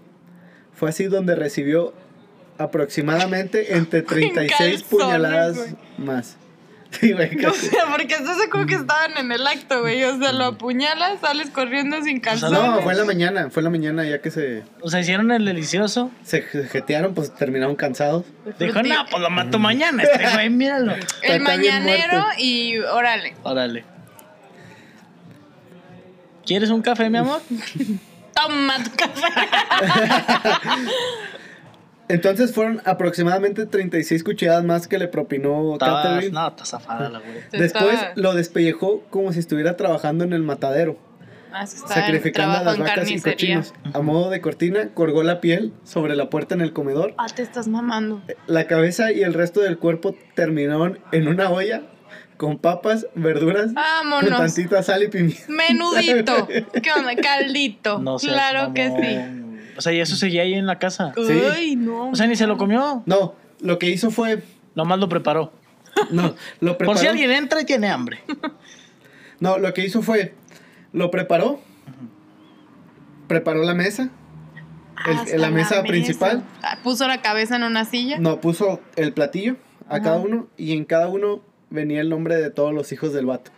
Fue así donde recibió aproximadamente entre 36 calzones, puñaladas güey. más. Sí, güey, O casi. sea, porque estás como que estaban en el acto, güey. O sea, lo apuñalas, sales corriendo sin sea, calzones. No, fue en la mañana, fue en la mañana ya que se, O sea, hicieron el delicioso. se jetearon, pues terminaron cansados. Dijo, no, pues lo mato mañana. Este güey, míralo. El Está bien mañanero muerto. y órale. Órale. ¿Quieres un café, mi amor? Toma tu café. Entonces fueron aproximadamente 36 cuchilladas más que le propinó Estaba, Catherine. no, está zafada la güey. Después Estaba- lo despellejó como si estuviera trabajando en el matadero, Ah, es que estaba en sacrificando a trabajo las en vacas y carnicería. cochinos. A modo de cortina, colgó la piel sobre la puerta en el comedor. Ah, te estás mamando. La cabeza y el resto del cuerpo terminaron en una olla con papas, verduras, con Ah, Vámonos. tantita sal y pimienta. Menudito. ¿Qué onda? Caldito. No sé. claro que sí. O sea, y eso seguía ahí en la casa. Sí. Uy, no. O sea, ni se lo comió. No, lo que hizo fue... Nomás lo preparó. No, lo preparó. Por si alguien entra y tiene hambre. No, lo que hizo fue, lo preparó, preparó la mesa, el- Hasta la mesa principal. Ah, Puso la cabeza en una silla. no, puso el platillo a Ajá. cada uno y en cada uno venía el nombre de todos los hijos del vato.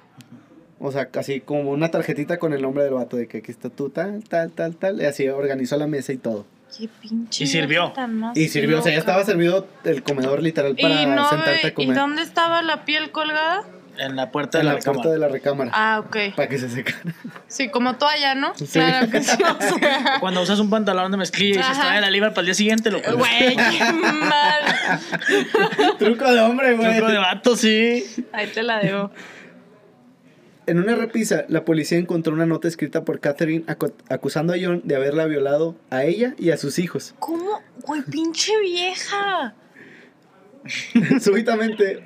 O sea, así como una tarjetita con el nombre del vato, de que aquí está tú, tal, tal, tal, tal. Y así organizó la mesa y todo. Qué pinche. Y sirvió. vato tan más Y sirvió, o sea, ya Ah, loca. estaba servido el comedor literal para ¿Y, no sentarte ve- a comer. ¿Y dónde estaba la piel colgada? En la puerta de en la, la puerta recámara. de la recámara. Ah, ok. Para que se secara. Sí, como toalla, ¿no? Sí. Claro que sí. O sea, Cuando usas un pantalón de mezclilla y Ajá. se extrae la libra para el día siguiente, lo cuelgas. güey, qué mal. Truco de hombre, güey. Truco de vato, sí. Ahí te la debo. En una repisa, la policía encontró una nota escrita por Catherine acu- acusando a John de haberla violado a ella y a sus hijos. ¿Cómo? Güey, pinche vieja. Súbitamente,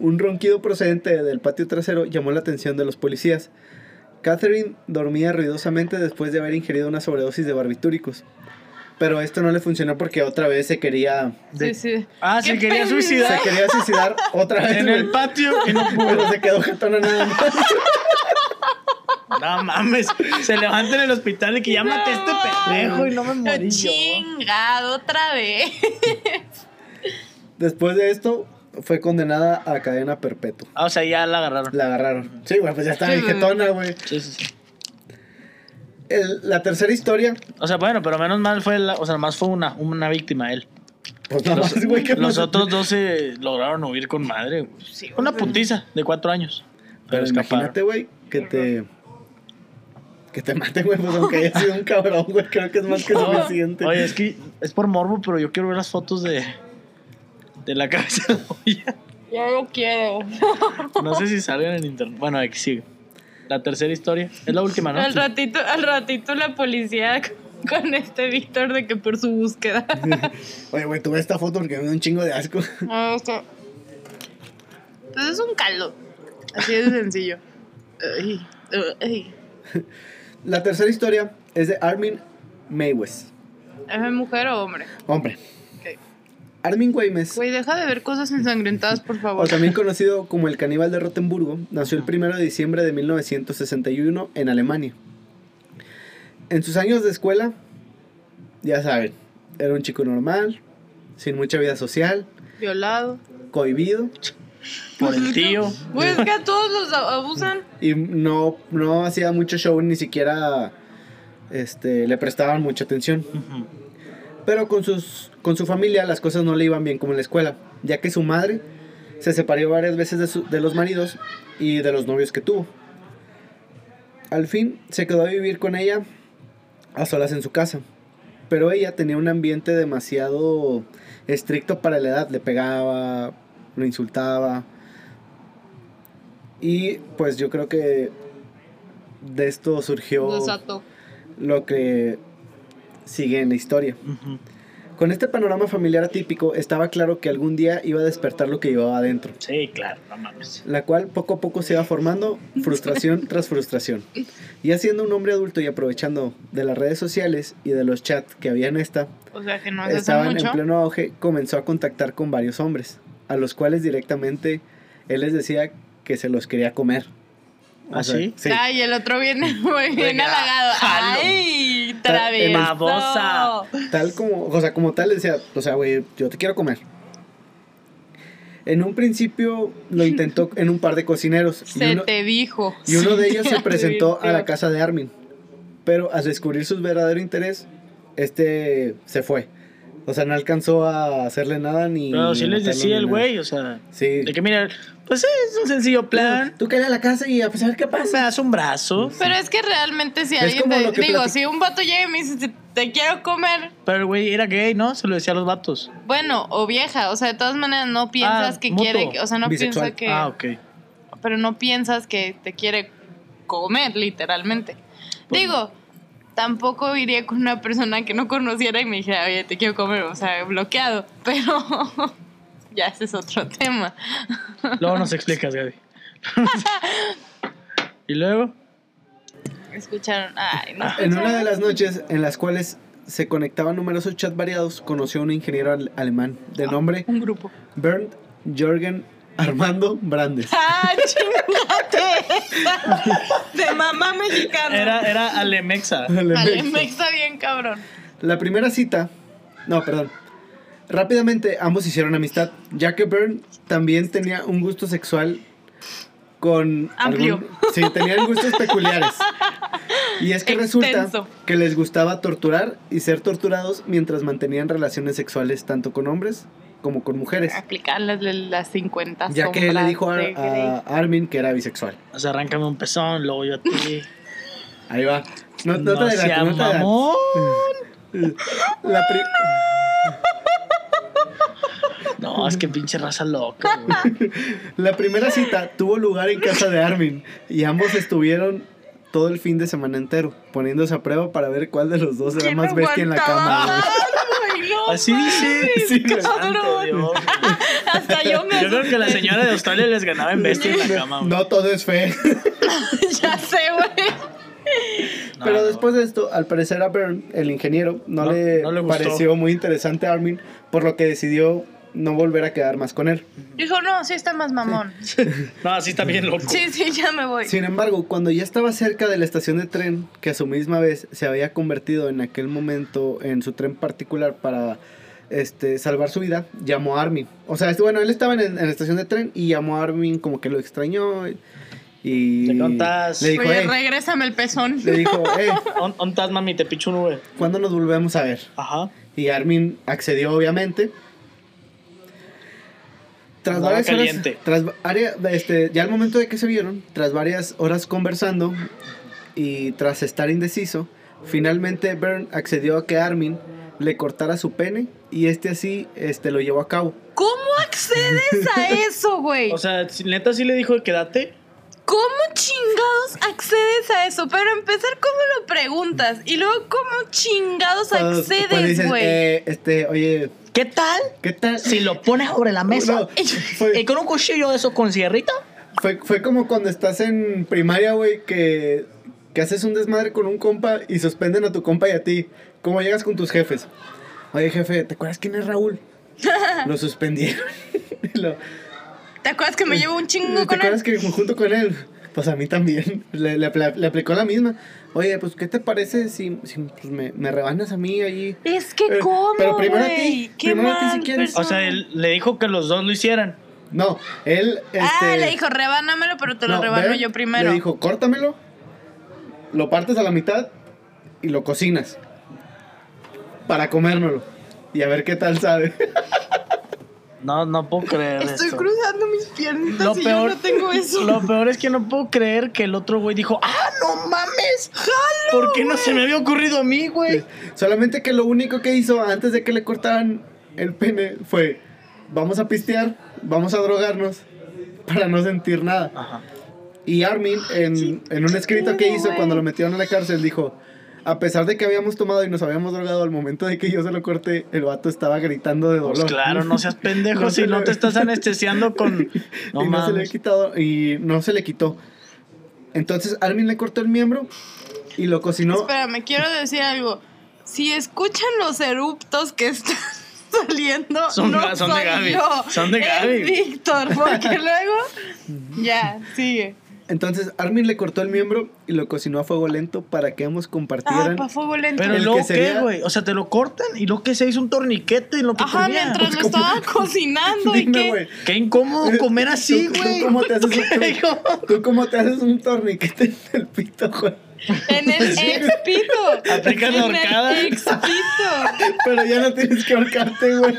un ronquido procedente del patio trasero llamó la atención de los policías. Catherine dormía ruidosamente después de haber ingerido una sobredosis de barbitúricos. Pero esto no le funcionó porque otra vez se quería, De- Sí, sí. Ah, se Qué quería pendeja. se suicidar quería suicidar otra vez. en el güey. patio. y no pudo. Pero se quedó jetona nada más. No mames, se levanta en el hospital y que ya maté a este pendejo y no me morí yo. Chingado, otra vez. Después de esto, fue condenada a cadena perpetua. Ah, o sea, ya la agarraron. La agarraron. Sí, güey, pues ya estaba bien jetona, güey. Sí, sí, sí. El- la tercera historia, O sea, bueno, pero menos mal fue la, o sea, más fue una, una víctima él. pues nada Los, más, güey, que los no- otros dos se lograron huir con madre. güey. Sí, Una güey. putiza de cuatro años. Pero, Pero escaparon. imagínate, güey, que te. Que te maten, güey, pues aunque haya sido un cabrón, güey, creo que es más que No, suficiente. Oye, es que es por morbo, pero yo quiero ver las fotos de, de la cabeza de la olla. Yo no quiero. No sé si salen en internet. Bueno, aquí sigue. La tercera historia. Es la última, Ah, ¿no? Al ratito, al ratito la policía con este Víctor de que por su búsqueda. Oye, güey, tuve esta foto porque me dio un chingo de asco. Ah, está. Pues es un caldo. Así de sencillo. Ay, ay. La tercera historia es de Armin Meiwes. ¿Es mujer o hombre? Hombre. Ok. Armin Weimes, Güey, deja de ver cosas ensangrentadas, por o favor. también conocido como el caníbal de Rotenburgo, nació el 1 de diciembre de 1961 en Alemania. En sus años de escuela, ya saben, era un chico normal, sin mucha vida social, Violado. cohibido. Por el tío. Güey, es que a todos los a- abusan. Y no, no hacía mucho show, ni siquiera este, le prestaban mucha atención. Ujú. Pero con, sus, con su familia las cosas no le iban bien como en la escuela, ya que su madre se separó varias veces de, su- de los maridos y de los novios que tuvo. Al fin se quedó a vivir con ella a solas en su casa. Pero ella tenía un ambiente demasiado estricto para la edad. Le pegaba, lo insultaba. Y pues yo creo que de esto surgió Desató. lo que sigue en la historia. Ujú. Con este panorama familiar atípico estaba claro que algún día iba a despertar lo que llevaba adentro, Sí, claro, no mames. la cual poco a poco se iba formando frustración tras frustración. Ya siendo un hombre adulto y aprovechando de las redes sociales y de los chats que había en esta, O sea, que no es hace estaban mucho. en pleno auge, comenzó a contactar con varios hombres, a los cuales directamente él les decía que se los quería comer. O ¿Ah, sea, sí? Ay, el otro viene muy bien Venga, halagado. jalo. Ay, Ta- travieso. babosa. Tal como, o sea, como tal decía, o sea, güey, yo te quiero comer. En un principio lo intentó en un par de cocineros y Se uno, te dijo. y uno de ellos se te presentó a la advirtió. casa de Armin. Pero al descubrir su verdadero interés, este se fue. O sea, no alcanzó a hacerle nada ni. Pero sí les matarlo ni decía el nada. güey, o sea, Sí. de que mira, pues sí, es un sencillo plan. Tú quédate a la casa y a pesar qué Me pasa. das un brazo. Pero es que realmente si Es alguien como te lo que digo, platic- si un vato llega y me dice "Te- te quiero comer, Pero el güey era gay, ¿no? Se lo decía a los vatos. bueno, o vieja, o sea, de todas maneras no piensas Ah, que mutuo. quiere, o sea, no Bisexual. piensa que Ah, ok. pero no piensas que te quiere comer, literalmente. Pues Digo, tampoco iría con una persona que no conociera y me dijera, oye, te quiero comer, o sea, bloqueado, pero ya ese es otro tema. Luego nos explicas, Gaby. y luego, Escucharon, ay, no. Ah, En escucharon. una de las noches en las cuales se conectaban numerosos chats variados, conoció a un ingeniero al- alemán de Ah. nombre Un grupo. Bernd Jorgen Armando Brandes. ¡Ah, chingate! De mamá mexicana. era, era Alemexa. Vale, me está bien, cabrón. La primera cita. No, perdón. Rápidamente ambos hicieron amistad, ya que Bernd también tenía un gusto sexual con. Amplio. algún- sí, tenían gustos peculiares. Y es que resulta Extenso. que les gustaba torturar y ser torturados mientras mantenían relaciones sexuales tanto con hombres como con mujeres. Aplicarle las 50. Ya que él le sombras dijo a- de Grey. a Armin que era bisexual. O sea, arráncame un pezón, luego yo a ti. Ahí va. No, no te sea adelantes, no te adelantes. mamón. La pri- No, es que pinche raza loca, güey. la primera cita tuvo lugar en casa de Armin y ambos estuvieron todo el fin de semana entero poniéndose a prueba para ver cuál de los dos era ¿Quién más bestia en la aguantaba cama. güey. más, güey? No Así dice. mames, Sí, güey. cabrón. Ante Dios, güey. Hasta yo me Yo creo que la señora de Australia les ganaba en bestia en la cama, güey. No todo es fe. asusté. Ya sé, güey. No, Pero no. después de esto, al parecer a Bern, el ingeniero, no, No, le, no le gustó. pareció muy interesante a Armin, por lo que decidió no volver a quedar más con él. Dijo, no, sí está más mamón. No, así está bien loco. Sí, sí, ya me voy. Sin embargo, cuando ya estaba cerca de la estación de tren, que a su misma vez se había convertido en aquel momento en su tren particular para este, salvar su vida, llamó a Armin. O sea, este- bueno, él estaba en, en la estación de tren y llamó a Armin como que lo extrañó y... y ¿Te contas? Le dijo, Oye, "Ey", regrésame el pezón. le dijo, "Ey, On, on tas, mami, te picho un Uber. ¿cuándo nos volvemos a ver? Ajá. Y Armin accedió, obviamente. Tras Andaba varias caliente. horas, tras área- este, ya al momento de que se vieron, tras varias horas conversando y tras estar indeciso, finalmente Bern accedió a que Armin le cortara su pene y este así este, lo llevó a cabo. ¿Cómo accedes a eso, güey? O sea, si- neta sí le dijo quédate. ¿Cómo chingados accedes a eso? Pero empezar, ¿cómo lo preguntas? Y luego, ¿cómo chingados Cuando- cuando accedes, dices, güey? eh, este, oye, ¿Qué tal ¿qué tal? si lo pones sobre la mesa No, fue- y con un cuchillo de esos con sierrita? Fue, fue como cuando estás en primaria, güey, que, que haces un desmadre con un compa y suspenden a tu compa y a ti. ¿Cómo llegas con tus jefes? Oye, jefe, ¿te acuerdas quién es Raúl? Lo suspendieron. Y lo- ¿Te acuerdas que me llevo un chingo ¿Te con él? acuerdas que junto con él? Pues a mí también. Le, le apl- le aplicó la misma. Oye, pues, ¿qué te parece si, si, pues, me, me rebanas a mí allí? Es que Eh, cómo, pero primero a ti, güey? Qué primero a ti si mal quieres. O sea, él le dijo que los dos lo hicieran. No, él. Ah, este, le dijo, rebánamelo, pero te lo no, rebano Bert yo primero. Le dijo, córtamelo, lo partes a la mitad y lo cocinas para comérnoslo y a ver qué tal sabe. No, no puedo creer Estoy esto. cruzando mis piernitas Lo y peor- yo no tengo eso. Lo peor es que no puedo creer que el otro güey dijo, ¡ah, no mames! ¿Por qué no se me había ocurrido a mí, güey? Solamente que lo único que hizo antes de que le cortaran el pene fue, vamos a pistear, vamos a drogarnos para no sentir nada. Ajá. Y Armin, en, en un escrito que claro, hizo güey. cuando lo metieron a la cárcel, dijo, a pesar de que habíamos tomado y nos habíamos drogado, al momento de que yo se lo corté, el vato estaba gritando de dolor. Pues claro, no seas pendejo No se si no le- te estás anestesiando con. No y no se le mames. ha quitado y no se le quitó. Entonces Armin le cortó el miembro y lo cocinó. Espérame, quiero decir algo. Si escuchan los eruptos que están saliendo, Son- no son de soy Gaby, yo, son de es Gaby. Víctor, porque luego ya sigue. Entonces Armin le cortó el miembro y lo cocinó a fuego lento para que ambos Ah, compartieran. pa fuego lento. Pero El luego que sería- qué, güey. O sea, te lo cortan y luego que se hizo un torniquete en lo que Ajá, tenía. mientras lo ¿Cómo? estaba cocinando pues, y Dime, que güey, Qué incómodo comer así, ¿tú- tú güey. cómo te haces un- ¿Qué? ¿Tú cómo te haces un torniquete en el pito, güey? en el expito. Aplicas la En el horcada. Expito. Pero ya no tienes que ahorcarte, güey.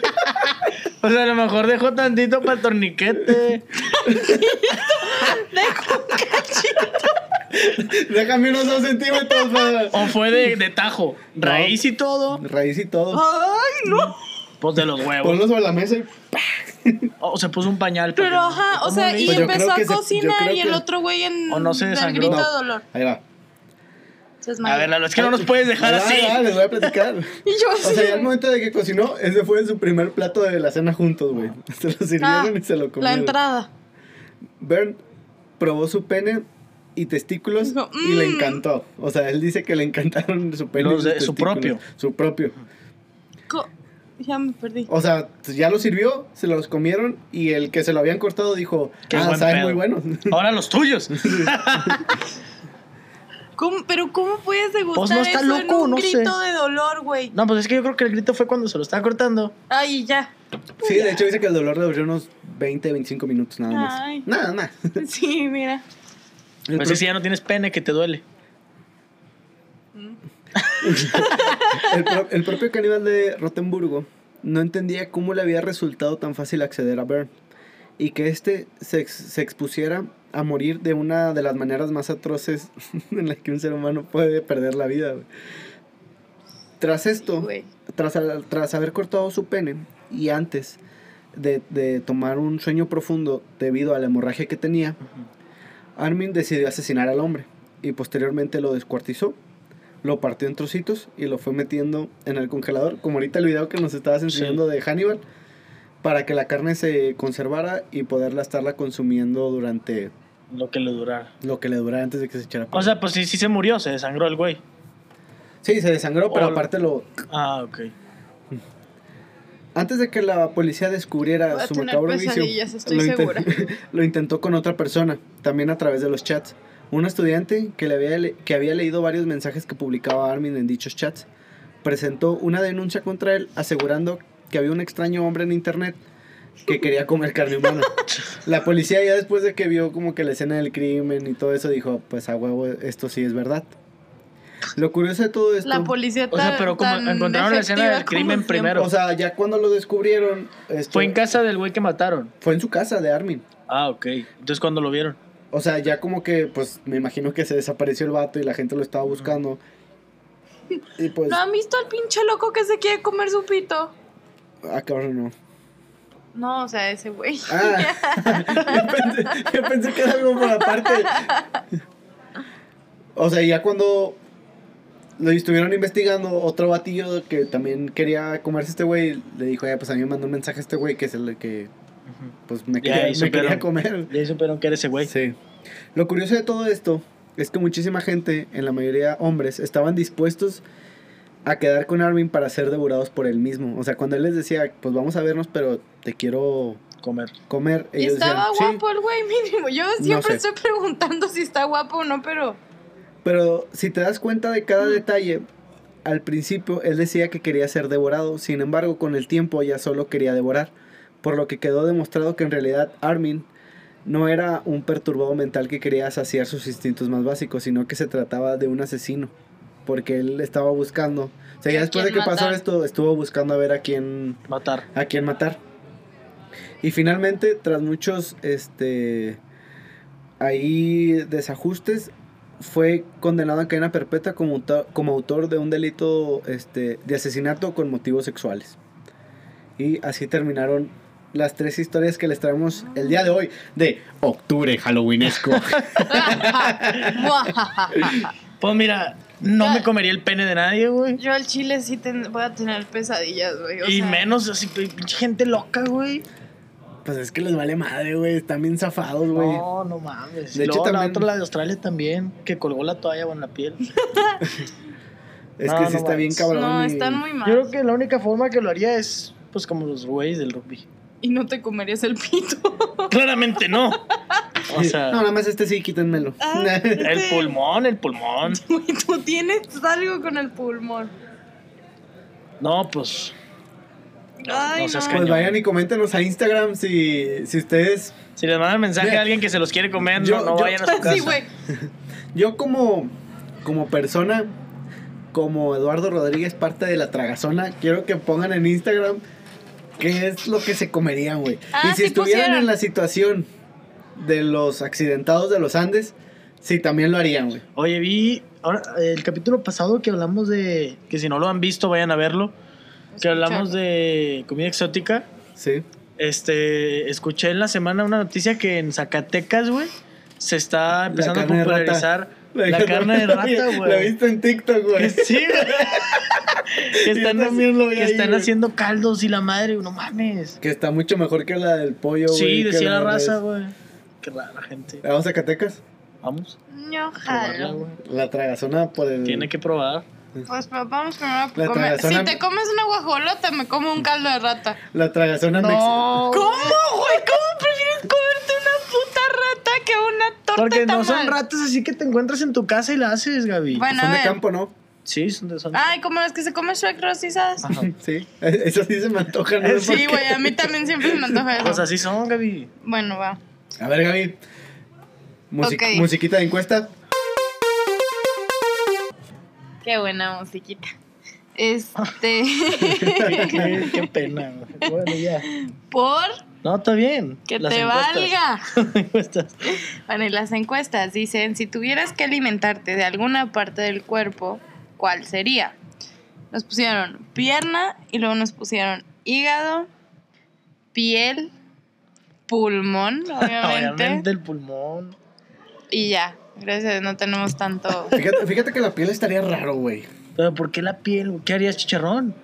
O sea, a lo mejor dejó tantito para el torniquete. Ah, Déjame unos dos centímetros para... O fue de, de tajo. No. Raíz y todo. Raíz y todo. Ay, no. Pues de los Oh. huevos. Ponlo sobre la mesa y... O se puso un pañal. Pero para- ajá, o ¿cómo sea, le y Pues hizo? yo creo empezó que a se- yo cocinar creo y el que- otro güey en O no se del desangró. grito No. de dolor. Ahí va. Se desmayó. A ver, Lalo, es que no nos puedes dejar Ahí va, así. ahí va, les voy a platicar. Y yo así. O sea, ya al momento de que cocinó, ese fue su primer plato de la cena juntos, güey. Se lo Ah, sirvieron y se lo la comieron. entrada. Bern probó su pene y testículos Dijo, y le "Mm". encantó. O sea, él dice que le encantaron su pene. Los y sus de- su testículos. propio. Su propio. Co- ya me perdí. O sea, ya lo sirvió, se los comieron y el que se lo habían cortado dijo, Qué ah, buen saben pedo". muy buenos. Ahora los tuyos. ¿Cómo- pero ¿cómo puedes degustar Pues no está eso en loco, un no sé. grito de dolor, güey? No, pues es que yo creo que el grito fue cuando se lo estaba cortando. Ay, ya. Sí, de hecho dice que el dolor le duró unos 20, 25 minutos nada más. Ay. Nada más. Sí, mira. El Pues pro- es que ya no tienes pene que te duele. El, pro- el propio caníbal de Rotenburgo no entendía cómo le había resultado tan fácil acceder a Bern y que éste se, ex- se expusiera a morir de una de las maneras más atroces en las que un ser humano puede perder la vida. güey. Tras esto, Güey. tras, al- tras haber cortado su pene y antes de, de tomar un sueño profundo debido a la hemorragia que tenía, Armin decidió asesinar al hombre y posteriormente lo descuartizó, lo partió en trocitos y lo fue metiendo en el congelador, como ahorita el video que nos estabas enseñando de Hannibal, para que la carne se conservara y poderla estarla consumiendo durante Lo que le durara. lo que le durara antes de que se echara. a O sea, pues sí, sí se murió, se desangró el güey. perder. sí, se desangró, pero o- aparte lo... Ah, ok. Antes de que la policía descubriera Voy a su tener macabro vicio, pesadillas, estoy inten- segura. lo intentó con otra persona, también a través de los chats. Un estudiante que, le había le- que había leído varios mensajes que publicaba Armin en dichos chats presentó una denuncia contra él asegurando que había un extraño hombre en internet que quería comer carne humana. La policía ya después de que vio como que la escena del crimen y todo eso dijo, pues a huevo, esto sí es verdad. Lo curioso de todo esto... La policía O sea, tan- pero como tan encontraron la escena efectiva del como crimen siempre. primero. O sea, ya cuando lo descubrieron... esto- Fue en casa del güey que mataron. Fue en su casa de Armin. Ah, ok. Entonces, cuando lo vieron? O sea, ya como que, pues, me imagino que se desapareció el vato y la gente lo estaba buscando. Y pues, ¿No han visto al pinche loco que se quiere comer su pito? ah, cabrón, no. No, o sea, ese güey. Ah, yo, pensé, yo pensé que era algo por aparte. O sea, ya cuando lo estuvieron investigando, otro batillo que también quería comerse este güey, le dijo, eh, pues a mí me mandó un mensaje este güey que es el que, pues, me Ya, quería, y me quería supieron. comer. Ya supieron que era ese güey. Sí. Lo curioso de todo esto es que muchísima gente, en la mayoría hombres, estaban dispuestos a quedar con Armin para ser devorados por él mismo. O sea, cuando él les decía, pues vamos a vernos, pero te quiero Comer. comer, Y ellos decían, estaba "Sí". guapo el güey, mínimo. Yo siempre sé. estoy preguntando si está guapo o no, pero. Pero si te das cuenta de Mm. cada detalle, al principio él decía que quería ser devorado, sin embargo con el tiempo ya solo quería devorar, por lo que quedó demostrado que en realidad Armin no era un perturbado mental que quería saciar sus instintos más básicos, sino que se trataba de un asesino, porque él estaba buscando, o sea, ya ¿A después de que quién pasó matar? esto, estuvo buscando a ver a quién, Matar. a quién matar. Y finalmente, tras muchos este, ahí desajustes, fue condenado a cadena perpetua como, auto- como autor de un delito este, de asesinato con motivos sexuales. Y así terminaron las tres historias que les traemos el día de hoy de octubre halloweenesco. Pues mira, no me comería el pene de nadie, güey. Yo al chile sí ten- voy a tener pesadillas, güey. o Y sea, menos así, que pinche gente loca, güey. pues es que les vale madre, güey. Están bien zafados, güey. No, no mames. De De hecho, hecho, la también- otra, la de Australia también, que colgó la toalla o en la piel. es no, que no sí está bien mames. cabrón. No, y- están muy Yo mal. creo que la única forma que lo haría es, pues, como los güeyes del rugby. Y no te comerías el pito. Claramente no. O sea, No, nada más este sí, quítenmelo. Ah. el pulmón, el pulmón. Güey, tú tienes algo con el pulmón. No, pues. No, Ay, no seas no. pues cañón. vayan y coméntenos a Instagram si, si ustedes Si les mandan mensaje Mira, a alguien que se los quiere comer, yo- no, no yo- vayan a su casa. Sí, güey. Yo como, como persona, como Eduardo Rodríguez, parte de la tragazona, quiero que pongan en Instagram qué es lo que se comerían, güey. Ah, y si sí estuvieran pusieron. en la situación de los accidentados de los Andes, sí, también lo harían, güey. Oye, vi ahora el capítulo pasado que hablamos de. Que si no lo han visto, vayan a verlo. Que hablamos de comida exótica. Sí. Este, escuché en la semana una noticia que en Zacatecas, güey, se está empezando a carne de rata. popularizar la carne de rata, Lo güey. viste en TikTok, Que güey. sí, güey. que Yo están, también lo vi que ahí, están güey. haciendo caldos y la madre, no mames. Que está mucho mejor que la del pollo, güey. sí, que decía la de raza, res. güey. Qué rara gente. Vamos a Zacatecas. Vamos Yo a probarla, jalo. güey. La tragazona por el... Tiene que probar. Pues pero vamos primero a La comer. tragazona- Si te comes una guajolota, me como un caldo de rata. La tragazona mex- ¿Cómo, güey? ¿Cómo prefieres comerte una puta rata que una torta Porque no tamal? son ratas así que te encuentras en tu casa y la haces, Gaby. Bueno, Ah, Son a de ver. campo, ¿no? Sí, son de son. Ay, como las que se come Shrek rosizadas. Ajá. Ah, Sí. Eso sí se me antoja, ¿no? Sí, güey, a mí también siempre se me antoja eso. Pues así son, Gaby. Bueno, va. A ver, Gaby. Musi- Ok. Musiquita de encuesta. Qué buena musiquita. Este. qué, qué pena. güey. Bueno, ya. por No, está bien. que Las te encuestas. valga. Encuestas. Bueno, y las encuestas dicen, si tuvieras que alimentarte de alguna parte del cuerpo, ¿cuál sería? Nos pusieron pierna y luego nos pusieron hígado, piel, pulmón, obviamente, Obviamente el pulmón. y ya. Gracias, a Dios no tenemos tanto. Fíjate, fíjate que la piel estaría raro, güey. Pero ¿por qué la piel? güey? ¿Qué harías chicharrón?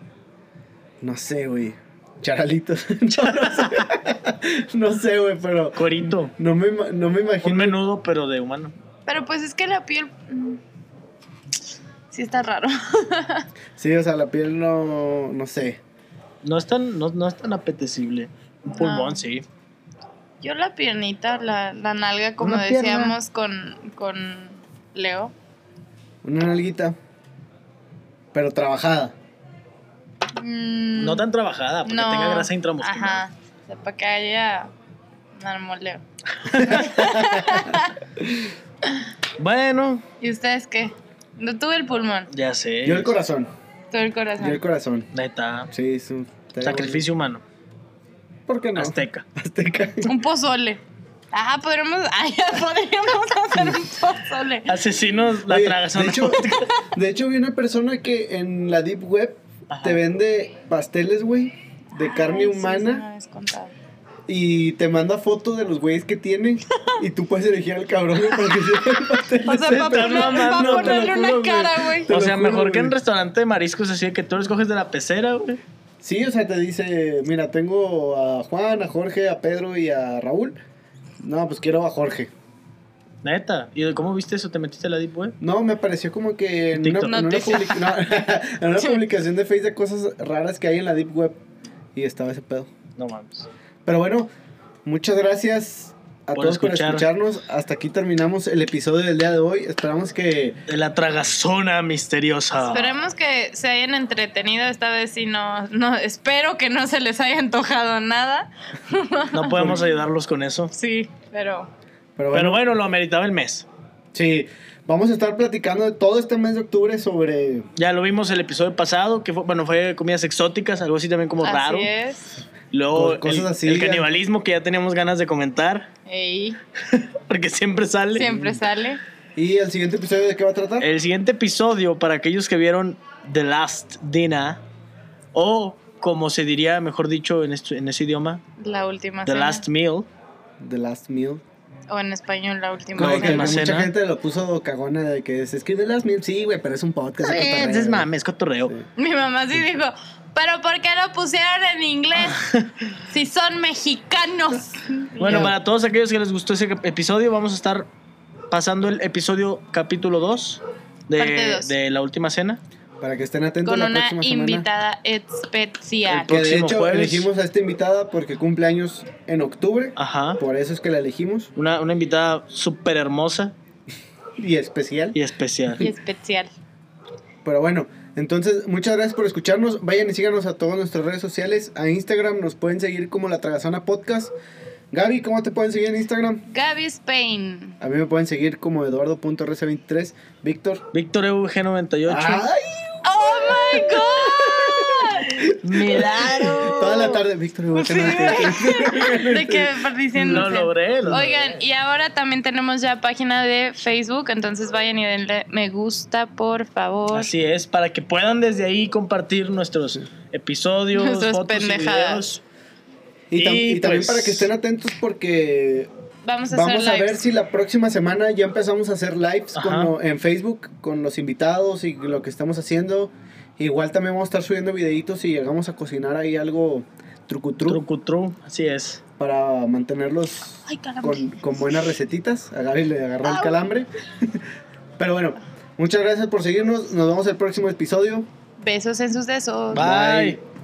No sé, güey. Charalitos. No, no sé. no sé, güey, pero. Corito. No me, ima- no me Un imagino. menudo, pero de humano. Pero pues es que la piel mm, sí está raro. Sí, o sea, la piel no. No sé. No es tan, no, no es tan apetecible. Un pulmón, sí. Yo la piernita, la, la nalga, como Una decíamos con, con Leo. Una nalguita. Pero trabajada. Mm, No tan trabajada, porque no. tenga grasa intramuscular. Ajá. O sea, para que haya marmoleo. Bueno, ¿Y ustedes qué? No tuve el pulmón, ya sé. Yo el corazón. tuve el corazón. Yo el corazón. Neta. Sí, es un. estaría Sacrificio humano. bueno. ¿Por qué no? Azteca. Azteca. Un pozole. Ah, podríamos, ah, ya podríamos hacer un pozole. Asesinos, la Oye, tragazón. de, hecho, de hecho, vi una persona que en la Deep Web Ajá. te vende pasteles, güey, de carne Ay, sí, sí me humana habías contado. y te manda fotos de los güeyes que tiene y tú puedes elegir al cabrón güey, para que sea el pastel. O sea, para Estás ponerle, pa' mamando, te lo ponerle una juro, güey. cara, güey. Te lo o sea, juro, mejor que en güey. restaurante de mariscos, así de que tú los coges de la pecera, güey. Sí, o sea, te dice, mira, tengo a Juan, a Jorge, a Pedro y a Raúl. No, pues quiero a Jorge. Neta. ¿Y cómo viste eso? ¿Te metiste a la Deep Web? No, me pareció como que en una, TikTok. en una No, TikTok. public- no, en una publicación de Facebook de cosas raras que hay en la Deep Web. Y estaba ese pedo. No mames. Pero bueno, muchas gracias a Por todos escuchar. por escucharnos. Hasta aquí terminamos el episodio del día de hoy. Esperamos que De la tragazona misteriosa. Esperemos que se hayan entretenido esta vez y no, no, espero que no se les haya antojado nada. No podemos ayudarlos con eso. Sí, pero pero bueno, Pero bueno, lo ameritaba el mes. sí, vamos a estar platicando de todo este mes de octubre sobre Ya lo vimos el episodio pasado, que fue, bueno, fue comidas exóticas, algo así también como así raro. es. Luego, Co- cosas el, así, el ya. canibalismo que ya teníamos ganas de comentar, Ey, porque siempre sale. siempre sale. ¿Y el siguiente episodio de qué va a tratar? El siguiente episodio, para aquellos que vieron The Last Dinner, o como se diría, mejor dicho, en, este- en ese idioma, La última The cena. Last Meal. The Last Meal. O en español, la última La Como que cena. última mucha cena. gente lo puso cagona de que se escribe The Last Meal. Sí, güey, pero es un podcast. de Eh, cotorreo. Es mame, es cotorreo. Sí. Mi mamá sí dijo, pero ¿por qué lo pusieron en inglés? si son mexicanos. Bueno, Ya. para todos aquellos que les gustó ese cap- episodio, vamos a estar pasando el episodio capítulo 2 Parte de, dos. de La Última Cena. Para que estén atentos Con la una próxima semana. invitada especial. El Que de Próximo hecho jueves. elegimos a esta invitada porque cumple años en octubre. Ajá. Por eso es que la elegimos. Una, una invitada súper hermosa Y especial. y especial. Y especial. Pero bueno, entonces muchas gracias por escucharnos. Vayan y síganos a todas nuestras redes sociales. A Instagram nos pueden seguir como La Tragazona Podcast. Gaby, ¿cómo te pueden seguir en Instagram? Gaby Spain. A mí me pueden seguir como eduardo.rc23. Víctor. Víctor EVG98. ¡Oh, my God! Milagro. Toda la tarde, Víctor. me Sí, de que diciendo... Lo logré. lo Oigan, y ahora también tenemos ya página de Facebook, entonces vayan y denle me gusta, por favor. Así es, para que puedan desde ahí compartir nuestros episodios, Nuestras fotos y pendejadas. videos. Y, tam- Y y también pues- para que estén atentos porque Vamos a vamos hacer a lives. ver si la próxima semana ya empezamos a hacer lives con Ajá. lo- en Facebook con los invitados y lo que estamos haciendo. Igual también vamos a estar subiendo videitos y llegamos a cocinar ahí algo trucutru Trucutru, así es. para mantenerlos Ay, caramba. con, con buenas recetitas. A Gaby le agarró el calambre. Pero bueno, muchas gracias por seguirnos. Nos vemos el próximo episodio. Besos en sus besos. Bye. Bye.